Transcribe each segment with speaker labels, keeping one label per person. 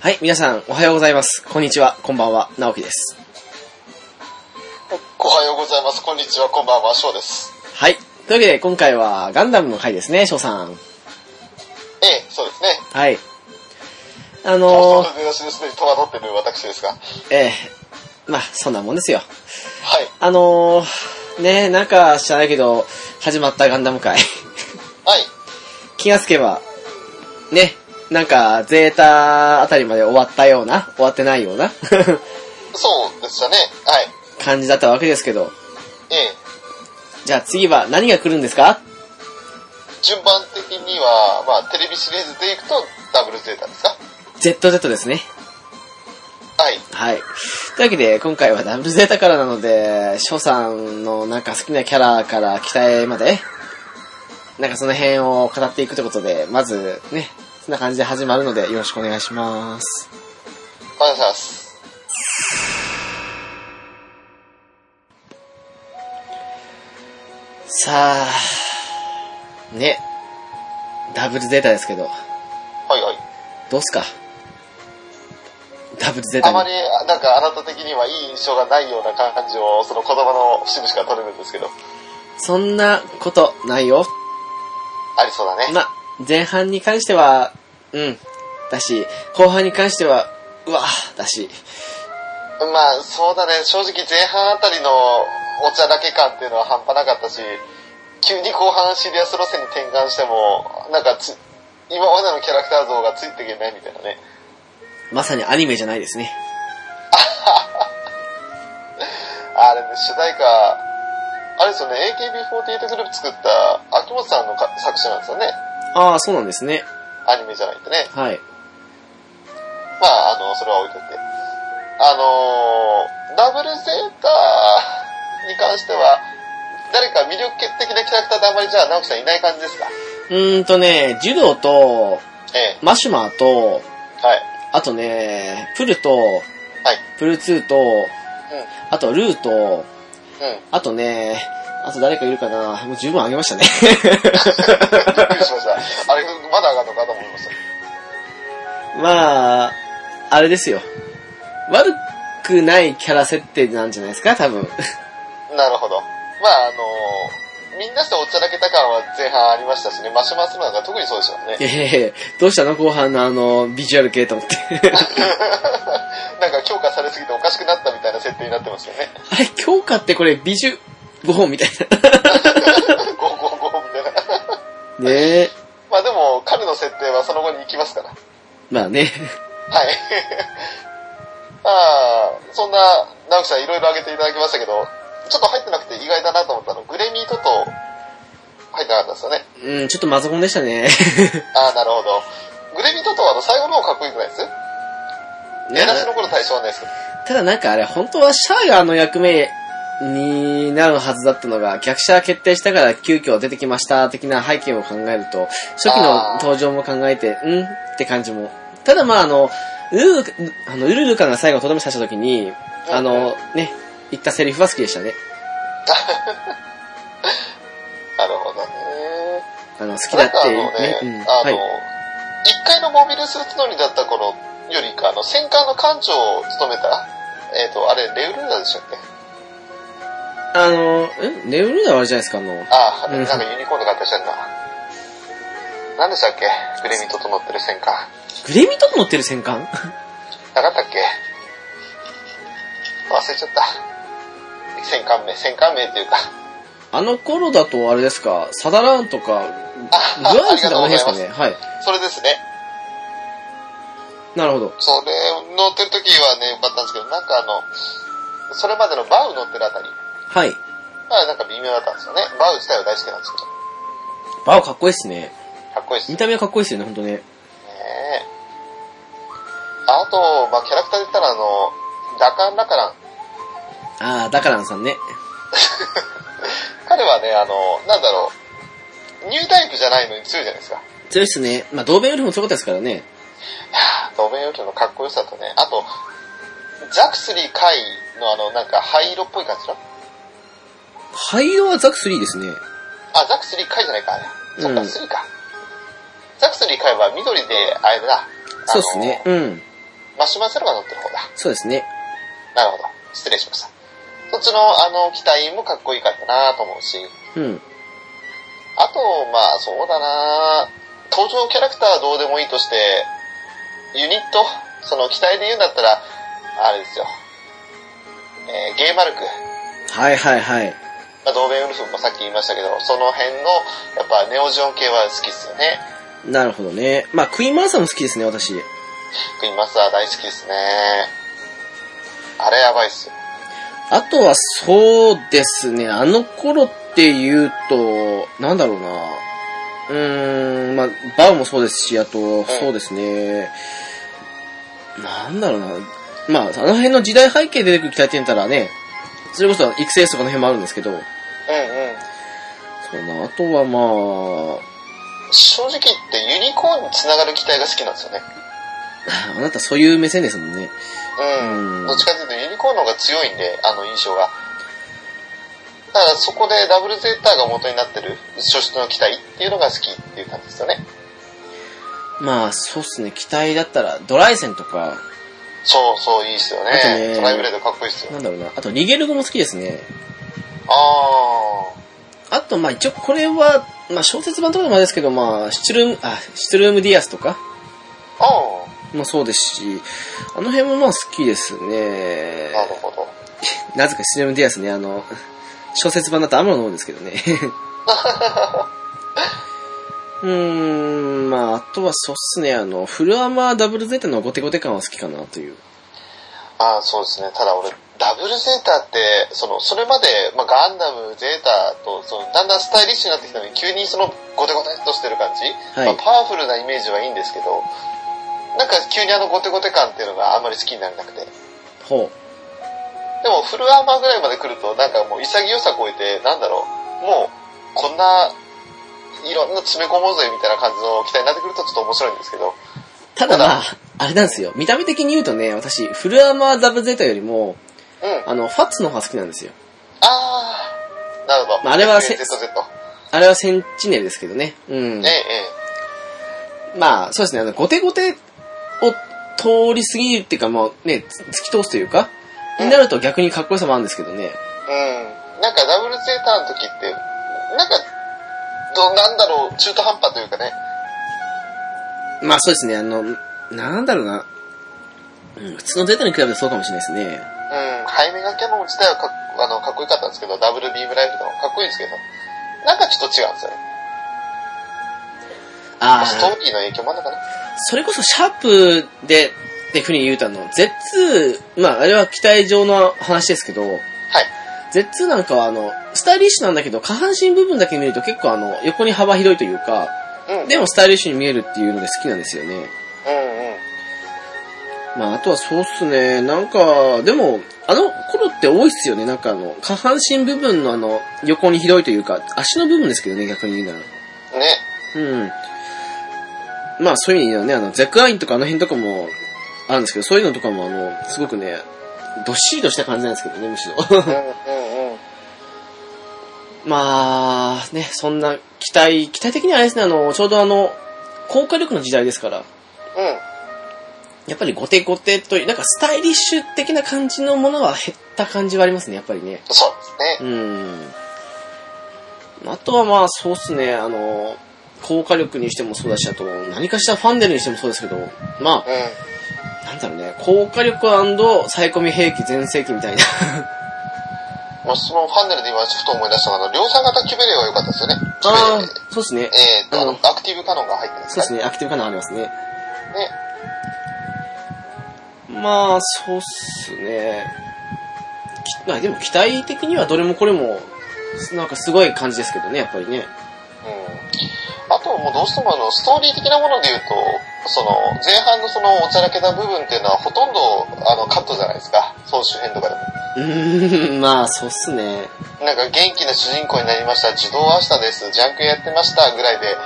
Speaker 1: はい、皆さん、おはようございます。こんにちは、こんばんは、直樹です。
Speaker 2: おはようございます。こんにちは。こんばんは。翔です。
Speaker 1: はい。というわけで、今回は、ガンダムの回ですね、翔さん。
Speaker 2: ええ、そうですね。
Speaker 1: はい。あの
Speaker 2: あの
Speaker 1: ー、
Speaker 2: 出だしのすでに戸惑ってる私ですが。は
Speaker 1: ええまあ、そんなもんですよ。
Speaker 2: い。
Speaker 1: あのー、ねえ、なんか知らないけど、始まったガンダム回。
Speaker 2: はい。
Speaker 1: 気がつけば、ね、なんか、ゼータあたりまで終わったような、終わってないような
Speaker 2: そうでしたね。はい。
Speaker 1: 感じだったわけですけど、
Speaker 2: ええ。
Speaker 1: じゃあ次は何が来るんですか
Speaker 2: 順番的には、まあ、テレビシリーズでいくと、ダブルゼータですか
Speaker 1: ?ZZ ですね。
Speaker 2: はい。
Speaker 1: はい。というわけで、今回はダブルゼータからなので、翔さんのなんか好きなキャラから期待まで、なんかその辺を語っていくということで、まずね、そんな感じで始まるので、よろしくお願いします。
Speaker 2: お願いします。
Speaker 1: さあ、ね、ダブルゼータですけど、
Speaker 2: はいはい。
Speaker 1: どうっすかダブルゼー
Speaker 2: あま
Speaker 1: タ
Speaker 2: り
Speaker 1: に。、
Speaker 2: なんか、あなた的にはいい印象がないような感じを、その言葉の節々から取れるんですけど、
Speaker 1: そんなことないよ。
Speaker 2: ありそうだね。
Speaker 1: まあ、前半に関しては、うん、だし、後半に関しては、うわ、だし、
Speaker 2: まあ、そうだね。正直前半あたりのおちゃらけ感っていうのは半端なかったし、急に後半シリアス路線に転換しても、なんかつ、今までのキャラクター像がついていけないみたいなね。
Speaker 1: まさにアニメじゃないですね。
Speaker 2: あれね、主題歌、あれですよね、AKB48 グループ作った秋元さんのか作詞なんですよね。
Speaker 1: ああ、そうなんですね。
Speaker 2: アニメじゃないとね。
Speaker 1: はい。
Speaker 2: まあ、あの、それは置いといて。あのーダブルゼータに関しては、誰か魅力的なキャラクターってあんまりじゃあ直樹さんいない感じですか
Speaker 1: うーんとね、ジュドーと、
Speaker 2: ええ、
Speaker 1: マシュマーと、
Speaker 2: はい。
Speaker 1: あとね、プルと、
Speaker 2: はい。
Speaker 1: プルツーと、あとルーと、
Speaker 2: うん。うん。
Speaker 1: あとね、あと誰かいるかなもう十分あげましたね。
Speaker 2: びっくりしました。あれ、まだ上がるのかと思いました。
Speaker 1: まあ、あれですよ。悪くないキャラ設定なんじゃないですか多分。
Speaker 2: なるほど。まあ、あのーみんなしておっちゃらけた感は前半ありましたしね、マシュマスマンが特にそうでしたもんね
Speaker 1: え。えどうしたの後半のあの、ビジュアル系と思って。
Speaker 2: なんか強化されすぎておかしくなったみたいな設定になってますよね。
Speaker 1: あれ、強化ってこれビジュ、ご本みたい
Speaker 2: ゴーゴーゴーみたいな。
Speaker 1: な。ねえ。
Speaker 2: まあでも、彼の設定はその後に行きますから。はい。
Speaker 1: まあね。
Speaker 2: まあ、そんな、直樹さんいろいろ挙げていただきましたけど、ちょっと入ってなくて意外だなと思ったの、グレミートと、入ってなかったですよね。
Speaker 1: うん、ちょっとマゾコンでした ね。
Speaker 2: ああ、なるほど。グレミートとはあの最後の方かっこよくないです出だしの頃対象はないですけど。
Speaker 1: ただなんかあれ、本当はシャアがあの役目になるはずだったのが、逆シャア決定したから急遽出てきました的な背景を考えると、初期の登場も考えて、うんって感じも。ただまああの、ウルル、あの、ウルルカンが最後とどめさした時に、あの、ね、言ったセリフは好きでしたね。
Speaker 2: なるほどね。
Speaker 1: あの、好きだ
Speaker 2: な
Speaker 1: っ
Speaker 2: んかあ
Speaker 1: て
Speaker 2: の
Speaker 1: いう
Speaker 2: ね、
Speaker 1: うん、
Speaker 2: あ
Speaker 1: は
Speaker 2: の、一、
Speaker 1: い。
Speaker 2: 回のモビルスーツ乗りだった頃よりか、あの、戦艦の艦長を務めた、えっ、と、あれ、レウルーダでしたっけ
Speaker 1: あの、えレウルーダはあれじゃないですか、あの、
Speaker 2: ああ、
Speaker 1: うん
Speaker 2: なんかユニコーンの形してんな。何でしたっけグレミと乗ってる戦艦。
Speaker 1: グレミと乗ってる戦艦
Speaker 2: なかったっけ忘れちゃった。戦艦名、戦艦名っていうか。
Speaker 1: あの頃だとあれですか、サダラーンとか、
Speaker 2: あ、
Speaker 1: グ
Speaker 2: あ
Speaker 1: ア
Speaker 2: り
Speaker 1: ンズとか
Speaker 2: がとう
Speaker 1: あの辺
Speaker 2: ござい
Speaker 1: ですか
Speaker 2: ます。
Speaker 1: ね。はい。
Speaker 2: それですね。
Speaker 1: なるほど。
Speaker 2: それ乗ってる時はね、よかったんですけど、なんかあの、それまでのバウ乗ってるあたり、
Speaker 1: はい。
Speaker 2: まあなんか微妙だったんですよね。バウ自体は大好きなんですけど、
Speaker 1: バオかっこいいっすね。
Speaker 2: かっこいいです
Speaker 1: 見
Speaker 2: ね。
Speaker 1: た目はかっこいいっすよね、ほんとね。
Speaker 2: あと、まあキャラクターで言ったらあの、ダカン・ラカラン。
Speaker 1: あー、ダカランさんね。
Speaker 2: 彼はね、あの、なんだろう、ニュータイプじゃないのに強いじゃないですか。
Speaker 1: 強いっすね。まあ、同盟よりも強かったですからね。
Speaker 2: ドベンウルのかっこよさとね、あと、ザクスリー・カイのあの、なんか灰色っぽい感じの
Speaker 1: 灰色はザクスリーですね。
Speaker 2: あ、ザクスリー回じゃないか、あれ。そっ
Speaker 1: う
Speaker 2: か、
Speaker 1: ん
Speaker 2: スリーか。ザクスリー回は緑で、あれだな。
Speaker 1: そうっすね。うん。
Speaker 2: あマシュマセロが乗ってる方だ。
Speaker 1: そうですね。
Speaker 2: なるほど。失礼しました。そっちの、あの、機体もかっこいいかったなと思うし、
Speaker 1: うん。
Speaker 2: あと、まあ、そうだな登場キャラクターはどうでもいいとして、ユニット、その機体で言うんだったら、あれですよ。えーゲーマルク。
Speaker 1: はいはいはい。
Speaker 2: まあ、ドーベンウルフもさっき言いましたけど、その辺の、やっぱネオジオン系は好きっすよね。
Speaker 1: なるほどね。まあ、クイーンマーサーも好きですね、私。
Speaker 2: クイーンマスター大好きですね。あれやばいっすよ。
Speaker 1: あとは、そうですね、あの頃って言うと、なんだろうな。うーん、まあ、バウもそうですし、あと、そうですね。なんだろうな。まあ、あの辺の時代背景で出てくる機体って言ったらね、それこそ育成とかの辺もあるんですけど、
Speaker 2: うんうん。
Speaker 1: そうな、あとはま
Speaker 2: 正直言ってユニコーンに繋がる機体が好きなんですよね。
Speaker 1: あ、あなたそういう目線ですもんね。
Speaker 2: うん。
Speaker 1: うん
Speaker 2: どっちかというとユニコーンの方が強いんで、あの印象が。だからそこでダブルゼータが元になってる初出の機体っていうのが好きっていう感じですよね。
Speaker 1: まあ、そうっすね、機体だったら、ドライセンとか、
Speaker 2: そうそう、いいっすよ
Speaker 1: あとね
Speaker 2: ね。トライブレードかっこいいっすよ。
Speaker 1: なんだろうな、あと、逃げる語も好きですね。
Speaker 2: あ
Speaker 1: あと、まあ一応これは、まあ小説版とかでもあれですけど、まあシュトゥルーム、あ、シュトゥルームディアスとか
Speaker 2: ー。あ
Speaker 1: もそうですし、あの辺もまあ好きですね
Speaker 2: ー。。なるほど。
Speaker 1: なぜかシュトゥルームディアスね、あの、小説版だとアムロの方ですけ どね。うーん、まああとはそうっすね、あの、フルアーマーダブルゼータのゴテゴテ感は好きかなという。
Speaker 2: ああ、そうですね。ただ俺、ダブルゼータって、その、それまで、まあ、ガンダム、ゼータと、その、だんだんスタイリッシュになってきたのに、急にその、ゴテゴテっとしてる感じ、
Speaker 1: はい
Speaker 2: まあ、パワフルなイメージはいいんですけど、なんか急にあのゴテゴテ感っていうのがあんまり好きになれなくて。で
Speaker 1: ほ
Speaker 2: も、フルアーマーぐらいまで来ると、なんかもう潔さ超えて、なんだろう、もう、こんな、いろんな詰め込もうぜみたいな感じの期待になってくるとちょっと面白いんですけど、
Speaker 1: う。ただまあ、あれなんですよ。見た目的に言うとね、私、フルアーマーダブルゼータよりも、
Speaker 2: うん。あ
Speaker 1: あの、ファッツの方が好きなんですよ。
Speaker 2: あー、なるほど。
Speaker 1: まああれはせ
Speaker 2: FAZZ
Speaker 1: あれはセンチネルですけどね。うん。
Speaker 2: ええ、ええ。
Speaker 1: まあ、そうですね、あの、ゴテゴテを通り過ぎるっていうか、もうね、つ突き通すというか、になると逆にかっこよさもあるんですけどね。
Speaker 2: うん。なんかダブルゼータの時って、なんか、ど、なんだろう、中途半端というかね。
Speaker 1: まあそうですね、あの、なんだろうな。うん、普通のゼータに比べてそうかもしれないですね。
Speaker 2: うん。背面がキャノン自体はかっあのかっこよかったんですけど、ダブルビームライフルの方がかっこいいんですけど、なんかちょっと違うんですよね。
Speaker 1: あ
Speaker 2: スト
Speaker 1: あ、
Speaker 2: ーリーの影響もあるのかな。
Speaker 1: それこそシャープで、ってふうに言うとあの、Z、まああれは機体上の話ですけど、
Speaker 2: はい。
Speaker 1: Z なんかはあの、スタイリッシュなんだけど、下半身部分だけ見ると結構あの、横に幅広いというか、
Speaker 2: うん。
Speaker 1: でもスタイリッシュに見えるっていうので好きなんですよね。
Speaker 2: うんうん。
Speaker 1: まあ、あとはそうっすね。なんか、でも、あの頃って多いっすよね。なんかあの、下半身部分のあの、横に広いというか、足の部分ですけどね、逆に言うなら。
Speaker 2: ね。
Speaker 1: うん。まあ、そういう意味ではね、あの、ザクアインとかあの辺とかも、あるんですけど、そういうのとかもあの、すごくね、どっしりとした感じなんですけどね、むしろ。
Speaker 2: うんうんうん。
Speaker 1: まあ、ね、そんな、期待、期待的にはあれですね、あの、ちょうどあの、高火力の時代ですから、
Speaker 2: うん。
Speaker 1: やっぱりゴテゴテという、なんかスタイリッシュ的な感じのものは減った感じはありますね、やっぱりね。
Speaker 2: そうですね。
Speaker 1: うん。あとはまあ、そうっすね、あの、高火力にしてもそうだし、あと、何かしらファンデルにしてもそうですけど、ま
Speaker 2: うん。
Speaker 1: あ、なんだろうね、高火力サイコミ兵器全盛期みたいな。
Speaker 2: まあ、そのファンネルで今ちょっと思い出したのが、量産型キュベレーは良かったですよね。キュ
Speaker 1: あ
Speaker 2: ベレー。
Speaker 1: あ、そうっすね。
Speaker 2: えーっと、あ
Speaker 1: う
Speaker 2: の
Speaker 1: ん、
Speaker 2: アクティブカノンが入ってるんです
Speaker 1: そう
Speaker 2: か
Speaker 1: っすね、アクティブ感能ありますね。
Speaker 2: ね。
Speaker 1: まあ、そうっすね。きまあ、でも、期待的にはどれもこれも、なんかすごい感じですけどね、やっぱりね。
Speaker 2: うんあともうどうしてもあのストーリー的なもので言うと、その前半のそのおちゃらけた部分っていうのはほとんどあのカットじゃないですか。総集編とかでも。
Speaker 1: うーん、まあ、そうっすね。
Speaker 2: なんか元気な主人公になりました、自動明日です、ジャンクやってましたぐらいで、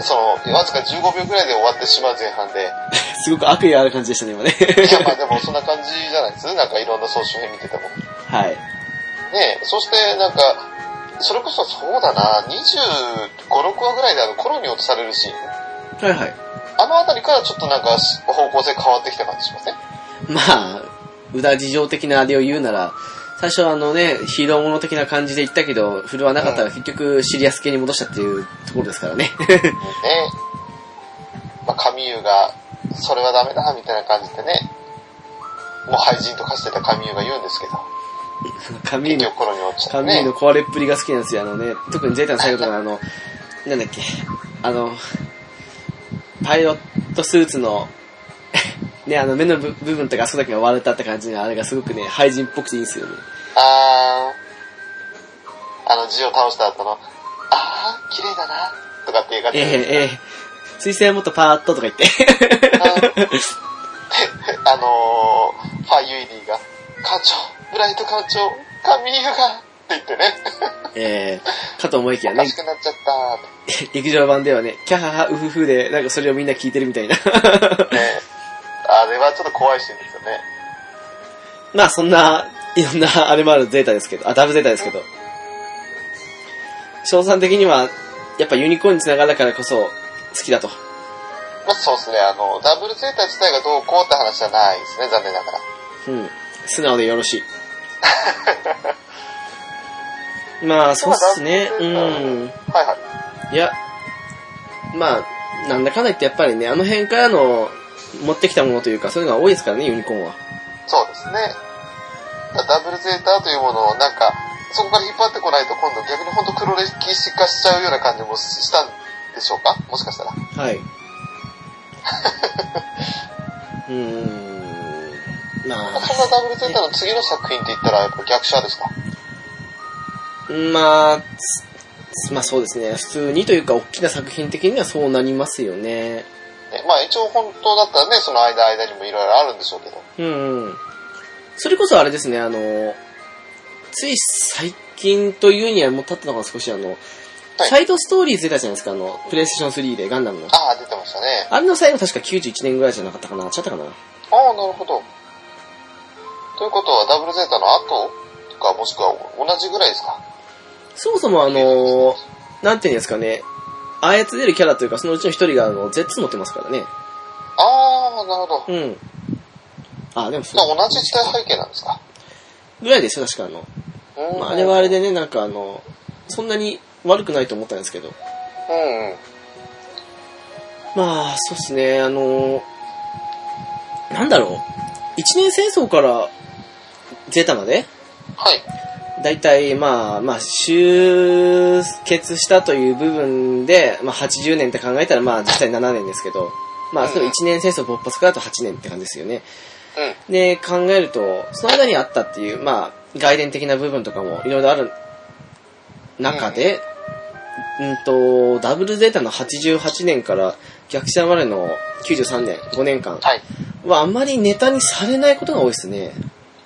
Speaker 2: そのわずか15秒ぐらいで終わってしまう前半で。
Speaker 1: すごく悪意ある感じでしたね、今ね。
Speaker 2: いやまあでもそんな感じじゃないですなんかいろんな総集編見てても。
Speaker 1: はい。
Speaker 2: ねえ、そしてなんか、それこそそうだな、25、6話ぐらいであのコロに落とされるシーン。
Speaker 1: はいはい。
Speaker 2: あのあたりからちょっとなんか方向性変わってきた感じしません、ね、
Speaker 1: まあ、裏事情的なあれを言うなら、最初はあのね、ヒーローもの的な感じで言ったけど、振るわなかったら結局シリアス系に戻したっていうところですから ね。
Speaker 2: ね。まあ、神優が、それはダメだ、みたいな感じでね。もう廃人と化してた神優が言うんですけど、
Speaker 1: 神
Speaker 2: 結
Speaker 1: の
Speaker 2: 局頃に落ちちゃっ
Speaker 1: 神
Speaker 2: てね。
Speaker 1: の壊れっぷりが好きなんですよ。あのね、特にゼータの最後とかのあの、なんだっけ、あの、パイロットスーツの、 ね、あの目の部部分とかあそこだけが割れたって感じのあれがすごくね、廃人っぽくていいんですよね。
Speaker 2: あー、あの、字を倒した後の、あー、綺麗だな、とかっていう感じ
Speaker 1: ええ
Speaker 2: で、
Speaker 1: ええ水星はもっとパーッととか言って。
Speaker 2: あのー、ファイユイリーが、艦長、ブライト艦長、神優が、って言ってね、
Speaker 1: ええかと思いきや
Speaker 2: おか
Speaker 1: ね
Speaker 2: し、くなっちゃった、って
Speaker 1: 陸上版ではね、キャハハウフフで、なんかそれをみんな聞いてるみたいな。
Speaker 2: ね。あれはちょっと怖いシーンですよね。
Speaker 1: まあそんな、いろんなあれもあるゼータですけど、あ、ダブゼータですけど。賞賛的には、やっぱユニコーンにつながるからこそ、好きだと。
Speaker 2: まあ、そうですね、あの、ダブルゼータ自体がどうこうって話じゃないですね、残念ながら。
Speaker 1: うん。素直でよろ しい。まあ、そうっすね。うん。
Speaker 2: はいはい。
Speaker 1: いや、まあ、なんだかんだ言ってやっぱりね、あの辺からの、持ってきたものというか、そういうのが多いですからね、ユニコーンは。
Speaker 2: そうですね。だダブルゼータというものをなんか、そこから引っ張ってこないと今度逆に本当黒歴史化しちゃうような感じもしたんでしょうかもしかした ら。
Speaker 1: はい。うーん。まあ。
Speaker 2: そんなダブルゼータの次の作品って言ったらやっぱ逆者ですか
Speaker 1: まあ、つまあそうですね。普通にというか、大きな作品的にはそうなりますよね。
Speaker 2: ねまあ一応本当だったらね、その間間にもいろいろあるんでしょうけど。
Speaker 1: うん、うん。それこそあれですね、あの、つい最近というにはもう経ったのかな少しあの、
Speaker 2: はい
Speaker 1: サイドストーリーズ出たじゃないですか、あの、プレイステーション3でガンダムの。
Speaker 2: ああ、出てましたね。
Speaker 1: あれの最後確か91年ぐらいじゃなかったかな違ったかな
Speaker 2: ああ、なるほど。ということはダブルゼータの後とかもしくは同じぐらいですか
Speaker 1: そもそもあの、なんていうんですかね、操れるキャラというか、そのうちの一人があの、Z 持ってますからね。
Speaker 2: ああ、なるほど。
Speaker 1: うん。あ、でもそ
Speaker 2: ま
Speaker 1: う。
Speaker 2: あ同じ時代背景なんですか
Speaker 1: ぐらいですよ、確かあの。
Speaker 2: うん
Speaker 1: まあ、あれはあれでね、なんかあの、そんなに悪くないと思ったんですけど。
Speaker 2: うんうん。
Speaker 1: まあ、そうっすね、あの、なんだろう。一年戦争からゼータまで、
Speaker 2: はい。
Speaker 1: だいたいまあ、まあ、終結したという部分で、まあ80年って考えたらまあ実際7年ですけど、まあ、その一年戦争勃発からだと8年って感じですよね。
Speaker 2: うん。
Speaker 1: で、考えると、その間にあったっていう、まあ、外伝的な部分とかもいろいろある中で、うん、と、ダブルゼータの88年から逆者までの93年、5年間
Speaker 2: はい。
Speaker 1: はあんまりネタにされないことが多いですね。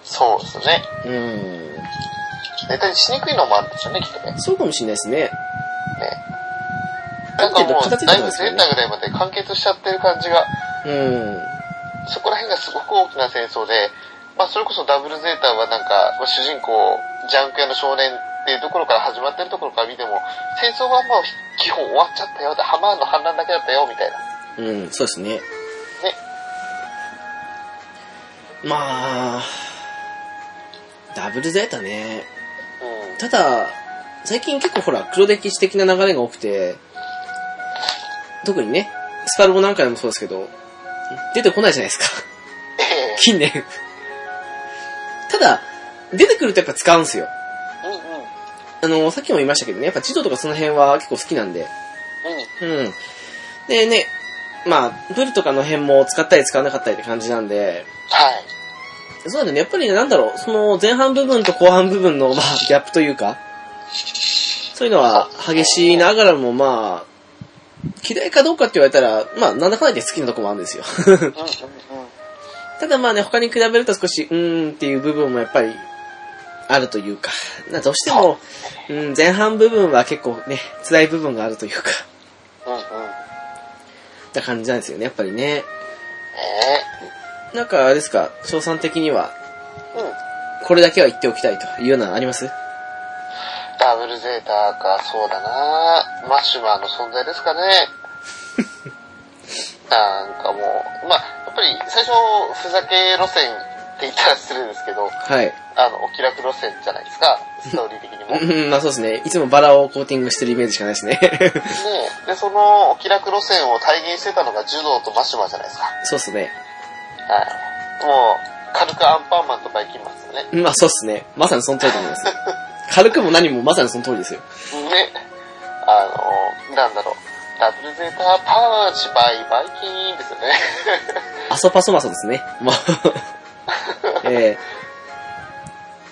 Speaker 2: そうですね。
Speaker 1: うん。
Speaker 2: ネタにしにくいのもあるんでしょうね、きっとね。ね
Speaker 1: そうかもしれないですね。
Speaker 2: なんか
Speaker 1: あ
Speaker 2: も
Speaker 1: る程度形
Speaker 2: う、
Speaker 1: になり
Speaker 2: だいぶ
Speaker 1: ますよね
Speaker 2: 全体ぐらいまで完結しちゃってる感じが、
Speaker 1: うん。
Speaker 2: そこら辺がすごく大きな戦争で、まあそれこそダブルゼータはなんか、まあ主人公、ジャンク屋の少年っていうところから始まってるところから見ても、戦争はもう基本終わっちゃったよ、ハマーンの反乱だけだったよ、みたいな。
Speaker 1: うん、そうですね。
Speaker 2: ね。
Speaker 1: まあ、ダブルゼータね。
Speaker 2: うん。
Speaker 1: ただ、最近結構ほら、黒歴史的な流れが多くて、特にね、スパルボなんかでもそうですけど、出てこないじゃないですか。
Speaker 2: ええ
Speaker 1: 近年。ただ、出てくるとやっぱ使うんすよ。
Speaker 2: うんうん。うん。
Speaker 1: あの、さっきも言いましたけどね、やっぱ児童とかその辺は結構好きなんで。うん。でね、まあ、ブルとかの辺も使ったり使わなかったりって感じなんで、
Speaker 2: はい。
Speaker 1: そうなんだね、やっぱりね、なんだろう、その前半部分と後半部分の、まあ、ギャップというか、そういうのは激しいながらも、まあ、嫌いかどうかって言われたら、まあ、なんだかんだ言って好きなとこもあるんですよ。
Speaker 2: うんうんうん。
Speaker 1: ただまあね、他に比べると少し、うーんっていう部分もやっぱり、あるというか、などうしても、うん、前半部分は結構ね、辛い部分があるというか、
Speaker 2: うんうん。ね
Speaker 1: な感じなんですよね、やっぱりね。
Speaker 2: え
Speaker 1: なんか、あれですか、賞賛的には、
Speaker 2: うん。
Speaker 1: これだけは言っておきたいというようなのあります
Speaker 2: ダブルゼータ か、そうだなマッシュマンの存在ですかね。なんかもう、まあ、やっぱり最初、ふざけ路線って言ったら失礼ですけど、
Speaker 1: はい。
Speaker 2: あの、お気楽路線じゃないですか、ストーリー的にも。ね
Speaker 1: うん、まあそうですね。いつもバラをコーティングしてるイメージしかないですね。
Speaker 2: で、そのお気楽路線を体現してたのが柔道とマシュマじゃないですか。
Speaker 1: そうっすね。
Speaker 2: はい。もう、軽くアンパンマンとか行きますよね。
Speaker 1: まあそうっすね。まさにその通りだと思います。軽くも何もまさにその通りですよ。
Speaker 2: ね。あの、なんだろう。ダブルゼータパンチバイバイキーンですよね。
Speaker 1: アソパソマソですね。まあ、 え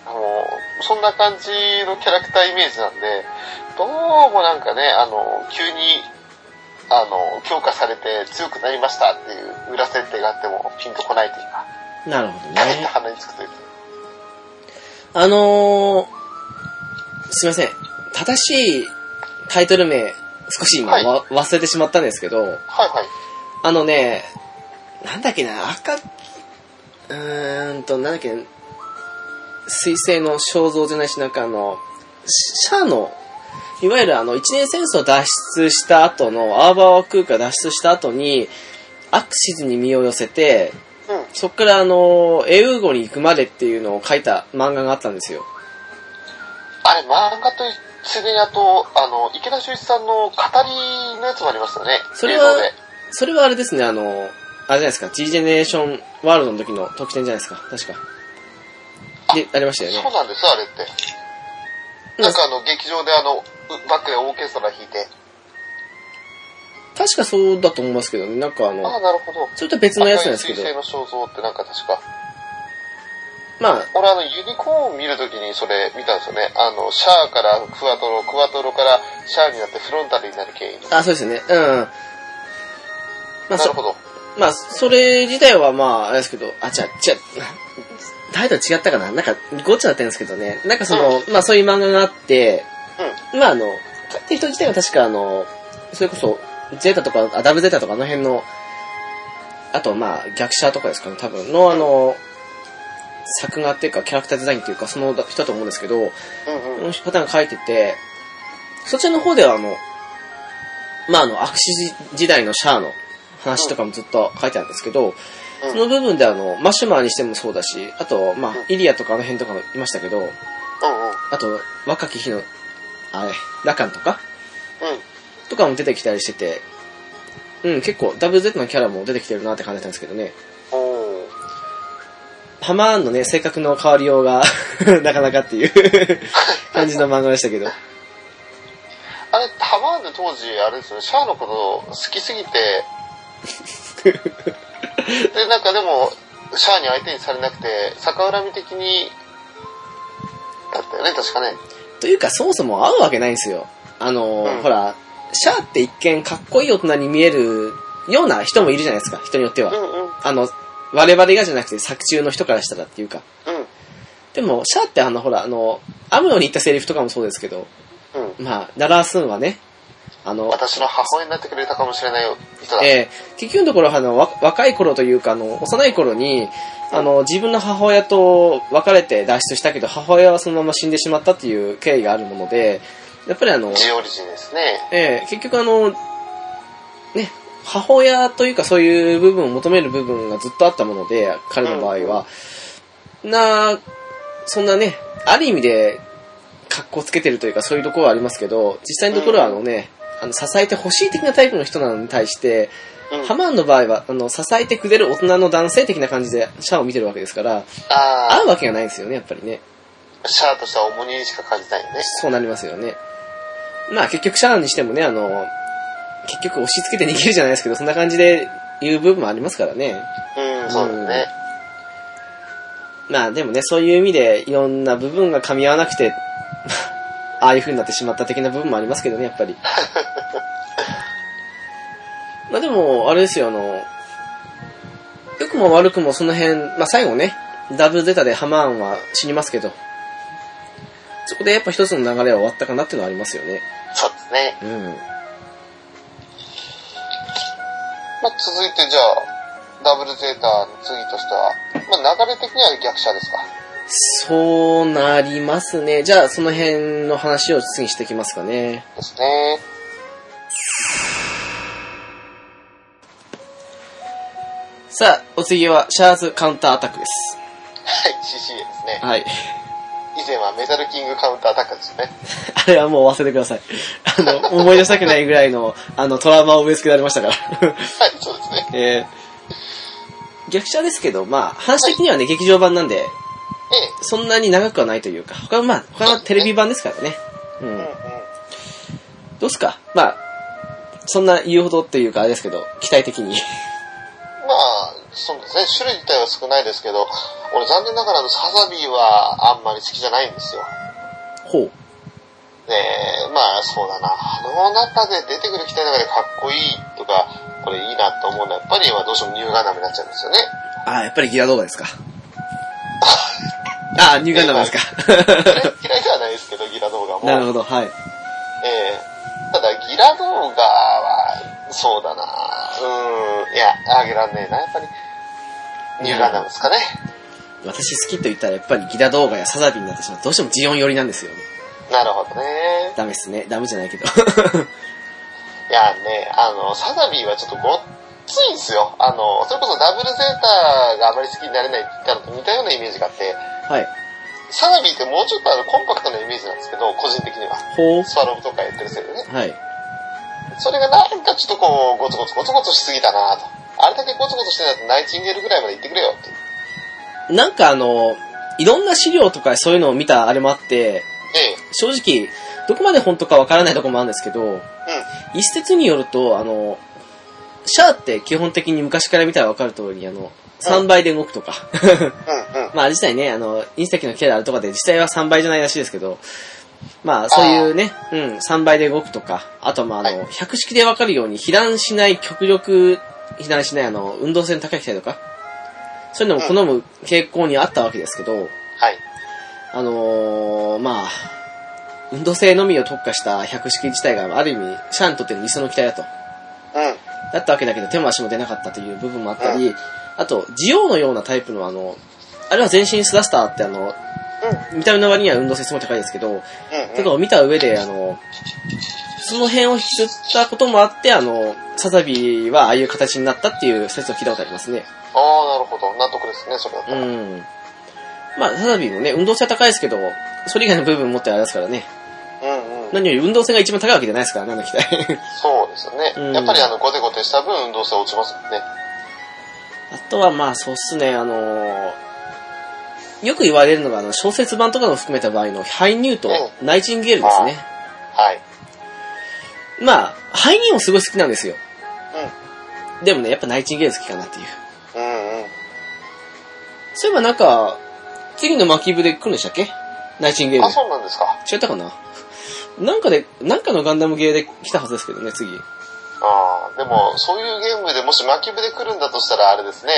Speaker 2: あの、そんな感じのキャラクターイメージなんで、どうもなんかね、あの、急に、あの、強化されて強くなりましたっていう裏設定があってもピンとこないというか、
Speaker 1: ー、なるほど
Speaker 2: カリッと
Speaker 1: ね。
Speaker 2: 鼻につくというか。
Speaker 1: あのー、すいません。正しいタイトル名、少し今、
Speaker 2: はい
Speaker 1: わ忘れてしまったんですけど、
Speaker 2: はいはい。
Speaker 1: あのね、なんだっけな、赤、うーんと、なんだっけ、水星の肖像じゃないし、なんかあの、シャアの、いわゆるあの、一年戦争脱出した後の、アーバー空間脱出した後に、アクシズに身を寄せて、
Speaker 2: うん。
Speaker 1: そっからあの、エウーゴに行くまでっていうのを書いた漫画があったんですよ。
Speaker 2: あれ、漫画とついでにあと、あの、池田修一さんの語りのやつもありましたよね。
Speaker 1: それ
Speaker 2: 映
Speaker 1: は
Speaker 2: 像で。
Speaker 1: それはあれですね、あの、あれじゃないですか、G ジェネレーションワールドの時の特典じゃないですか、確か。で、ありましたよね。
Speaker 2: そうなんです、あれって。なんかあの、劇場であの、うバックでオーケストラ弾いて。
Speaker 1: 確かそうだと思いますけどね。なんかあ
Speaker 2: ああ、
Speaker 1: の、
Speaker 2: なるほど。
Speaker 1: それと別のやつなんですけど
Speaker 2: 水。星の肖像ってなんか確か。
Speaker 1: まあ、
Speaker 2: 俺あの、ユニコーン見るときにそれ見たんですよね。あの、シャアからクワトロ、クワトロからシャアになってフロンタルになる経緯。
Speaker 1: あ、そうですね。うん。まあ、
Speaker 2: なる
Speaker 1: そ、
Speaker 2: ほど。
Speaker 1: まあ、それ自体はまあ、あれですけど、 あ、ちゃ、ちゃ、タイトル違ったかななんか、ごっちゃになってるんですけどね。なんかその、まあそういう漫画があって、まああの、って人自体は確かあの、それこそ、ゼータとか、あダブルゼータとかあの辺の、あとまあ、逆者とかですかね、多分のあの、作画っていうか、キャラクターデザインっていうか、その人だと思うんですけど、
Speaker 2: うん。うんうん。
Speaker 1: の方が書いてて、そちらの方ではあの、まああの、アクシ時代のシャアの話とかもずっと書いてあるんですけど、
Speaker 2: うん
Speaker 1: その部分であの、マシュマーにしてもそうだし、あと、まあ
Speaker 2: うん、
Speaker 1: イリアとかあの辺とかもいましたけど、
Speaker 2: うんうん。
Speaker 1: あと、若き日の、あれ、ラカンとか
Speaker 2: うん。
Speaker 1: とかも出てきたりしてて、うん、結構、ダブル Z のキャラも出てきてるなって感じたんですけどね。
Speaker 2: おー。
Speaker 1: ハマーンのね、性格の変わりようが、 なかなかっていう 感じの漫画でしたけど。
Speaker 2: あれ、ハマーンで当時、あれですよね、シャアのこと好きすぎて、 で、なんかでも、シャアに相手にされなくて、逆恨み的に、だったよね、確かね。
Speaker 1: というか、そもそも合うわけないんですよ。あのー、
Speaker 2: うん
Speaker 1: ほら、シャアって一見かっこいい大人に見えるような人もいるじゃないですか、人によって
Speaker 2: う
Speaker 1: は。
Speaker 2: んうん。
Speaker 1: あの、我々がじゃなくて作中の人からしたらっていうか。
Speaker 2: うん。
Speaker 1: でも、シャアってあの、ほら、あの、アムロに言ったセリフとかもそうですけど、
Speaker 2: うん。
Speaker 1: まあ、ララースーンはね、あの、
Speaker 2: 私の母親になってくれたかもしれない人だ。
Speaker 1: えー結局のところ、あの、わ若い頃というか、あの、幼い頃に、あの、自分の母親と別れて脱出したけど、母親はそのまま死んでしまったっていう経緯があるもので、やっぱりあの、
Speaker 2: ジオリジンですね。
Speaker 1: ええ結局あの、ね、母親というかそういう部分を求める部分がずっとあったもので、彼の場合は。な、そんなね、ある意味で、格好つけてるというかそういうところはありますけど、実際のところはあのね、あの、支えてほしい的なタイプの人なのに対して、
Speaker 2: うん。
Speaker 1: ハマーンの場合は、あの、支えてくれる大人の男性的な感じでシャアを見てるわけですから、
Speaker 2: あ
Speaker 1: 合うわけがないんですよね、やっぱりね。
Speaker 2: あ、シャアとしては重荷にしか感じないよね。
Speaker 1: そうなりますよね。まあ結局シャアにしてもね、あの、結局押し付けて逃げるじゃないですけど、そんな感じで言う部分もありますからね。
Speaker 2: うん、そうですね。
Speaker 1: まあでもね、そういう意味でいろんな部分が噛み合わなくて、 ああいう風になってしまった的な部分もありますけどね、や っぱり。まあでも、あれですよ、あの、良くも悪くもその辺、まあ最後ね、ダブルゼタでハマーンは死にますけど、そこでやっぱ一つの流れは終わったかなっていうのはありますよね。
Speaker 2: そうですね。
Speaker 1: うん。
Speaker 2: まあ、続いてじゃあ、ダブルゼータの次としては、まあ、流れ的には逆者ですか。
Speaker 1: そうなりますね。じゃあ、その辺の話を次していきますかね。
Speaker 2: ですね。
Speaker 1: さあ、お次は、シャーズカウンターアタックです。
Speaker 2: はい、CCA ですね。
Speaker 1: はい。
Speaker 2: 以前はメタルキングカウンターアタックですよね。
Speaker 1: あれはもう忘れてください。あの、思い出したくないぐらいの、あの、トラウマを植え付けられましたから。
Speaker 2: はい、そうですね。
Speaker 1: えー逆者ですけど、まあ、話的にはね、劇場版なんで、
Speaker 2: え
Speaker 1: そんなに長くはないというか、他はまあ、他はテレビ版ですからね。う。
Speaker 2: え。うんうんん。
Speaker 1: どうっすかまあ、そんな言うほどっていうか、あれですけど、期待的に。
Speaker 2: まあ、そうですね、種類自体は少ないですけど、俺残念ながらあのサザビーはあんまり好きじゃないんですよ。
Speaker 1: ほう。
Speaker 2: で、まあそうだな、あの中で出てくる機体の中でかっこいいとか、これいいなと思うのはやっぱりまあどうしてもニューガンダムになっちゃうんで すよね。
Speaker 1: あーやっぱりギラ動画ですか。 あー、ニューガンダムですか。
Speaker 2: 嫌いではないですけど、ギラ動画も。
Speaker 1: なるほど、はい。
Speaker 2: ええただ、ギラ動画は、そうだなうん、いや、あげらんねえな、やっぱり。ニューガンダムですかね。
Speaker 1: 私好きと言ったらやっぱりギラ動画やサザビーになってしまう。どうしてもジオン寄りなんですよね。
Speaker 2: なるほどね。
Speaker 1: ダメですね。ダメじゃないけど。
Speaker 2: いやね、あの、サザビーはちょっとごっついんすよ。あの、それこそダブルゼータがあまり好きになれないって言ったのと似たようなイメージがあって、
Speaker 1: はい。
Speaker 2: サザビーってもうちょっとあのコンパクトなイメージなんですけど、個人的には。
Speaker 1: ほう。
Speaker 2: スワローとかやってるせいでね。
Speaker 1: はい。
Speaker 2: それがなんかちょっとこう、ごつごつごつごつしすぎたなと。あれだけごつごつしてたらナイチンゲールぐらいまで行ってくれよって。
Speaker 1: なんかあの、いろんな資料とかそういうのを見たあれもあって、
Speaker 2: ええ。
Speaker 1: 正直、どこまで本当かわからないとこもあるんですけど、
Speaker 2: うん。
Speaker 1: 一説によると、あの、シャアって基本的に昔から見たらわかる通り、あの、3倍で動くとか。
Speaker 2: うんうん。
Speaker 1: まあ実際ね、あの、隕石のキャラとかで実際は3倍じゃないらしいですけど、まあそういうね、うん、3倍で動くとか、あとまああの、百式でわかるように避難しない、極力避難しない、あの、運動性の高い機体とか、そういうのも好む傾向にあったわけですけど、
Speaker 2: はい。
Speaker 1: あのー、まあ、運動性のみを特化した百式自体がある意味、シャアにとっての理想の機体だと。
Speaker 2: うん。
Speaker 1: だったわけだけど手も足も出なかったという部分もあったり、あと、ジオウのようなタイプのあの、あれは全身スラスターってあの、見た目の割には運動性すごい高いですけど、
Speaker 2: うん、う
Speaker 1: と
Speaker 2: ん。
Speaker 1: かを見た上で、あの、その辺を引きずったこともあって、あの、サザビはああいう形になったっていう説を聞いたことありますね。
Speaker 2: ああ、なるほど。納得ですね、それだと。
Speaker 1: うん。まあ、サザビもね、運動性は高いですけど、それ以外の部分持ってありますからね。
Speaker 2: うんうん。
Speaker 1: 何より運動性が一番高いわけじゃないですからね、あの機体。
Speaker 2: そうですよね。
Speaker 1: うん
Speaker 2: やっぱりあの、ゴテゴテした分運動性落ちますもんね。
Speaker 1: あとはまあそうっすね、あのーよく言われるのが、あの、小説版とかの含めた場合の、ハイニューと
Speaker 2: う
Speaker 1: ナイチンゲールですね。
Speaker 2: はい。
Speaker 1: まあ、ハイニューもすごい好きなんですよ。
Speaker 2: う
Speaker 1: でもね、やっぱナイチンゲール好きかなっていう。
Speaker 2: ん。うんうん。
Speaker 1: そういえばなんか、次の巻き部で来るんでしたっけナイチンゲール
Speaker 2: あ、。そうなんですか。
Speaker 1: 違ったかななんかで、なんかのガンダムゲーで来たはずですけどね、次。
Speaker 2: ああ、でも、そういうゲームでもし巻き部で来るんだとしたら、あれですね。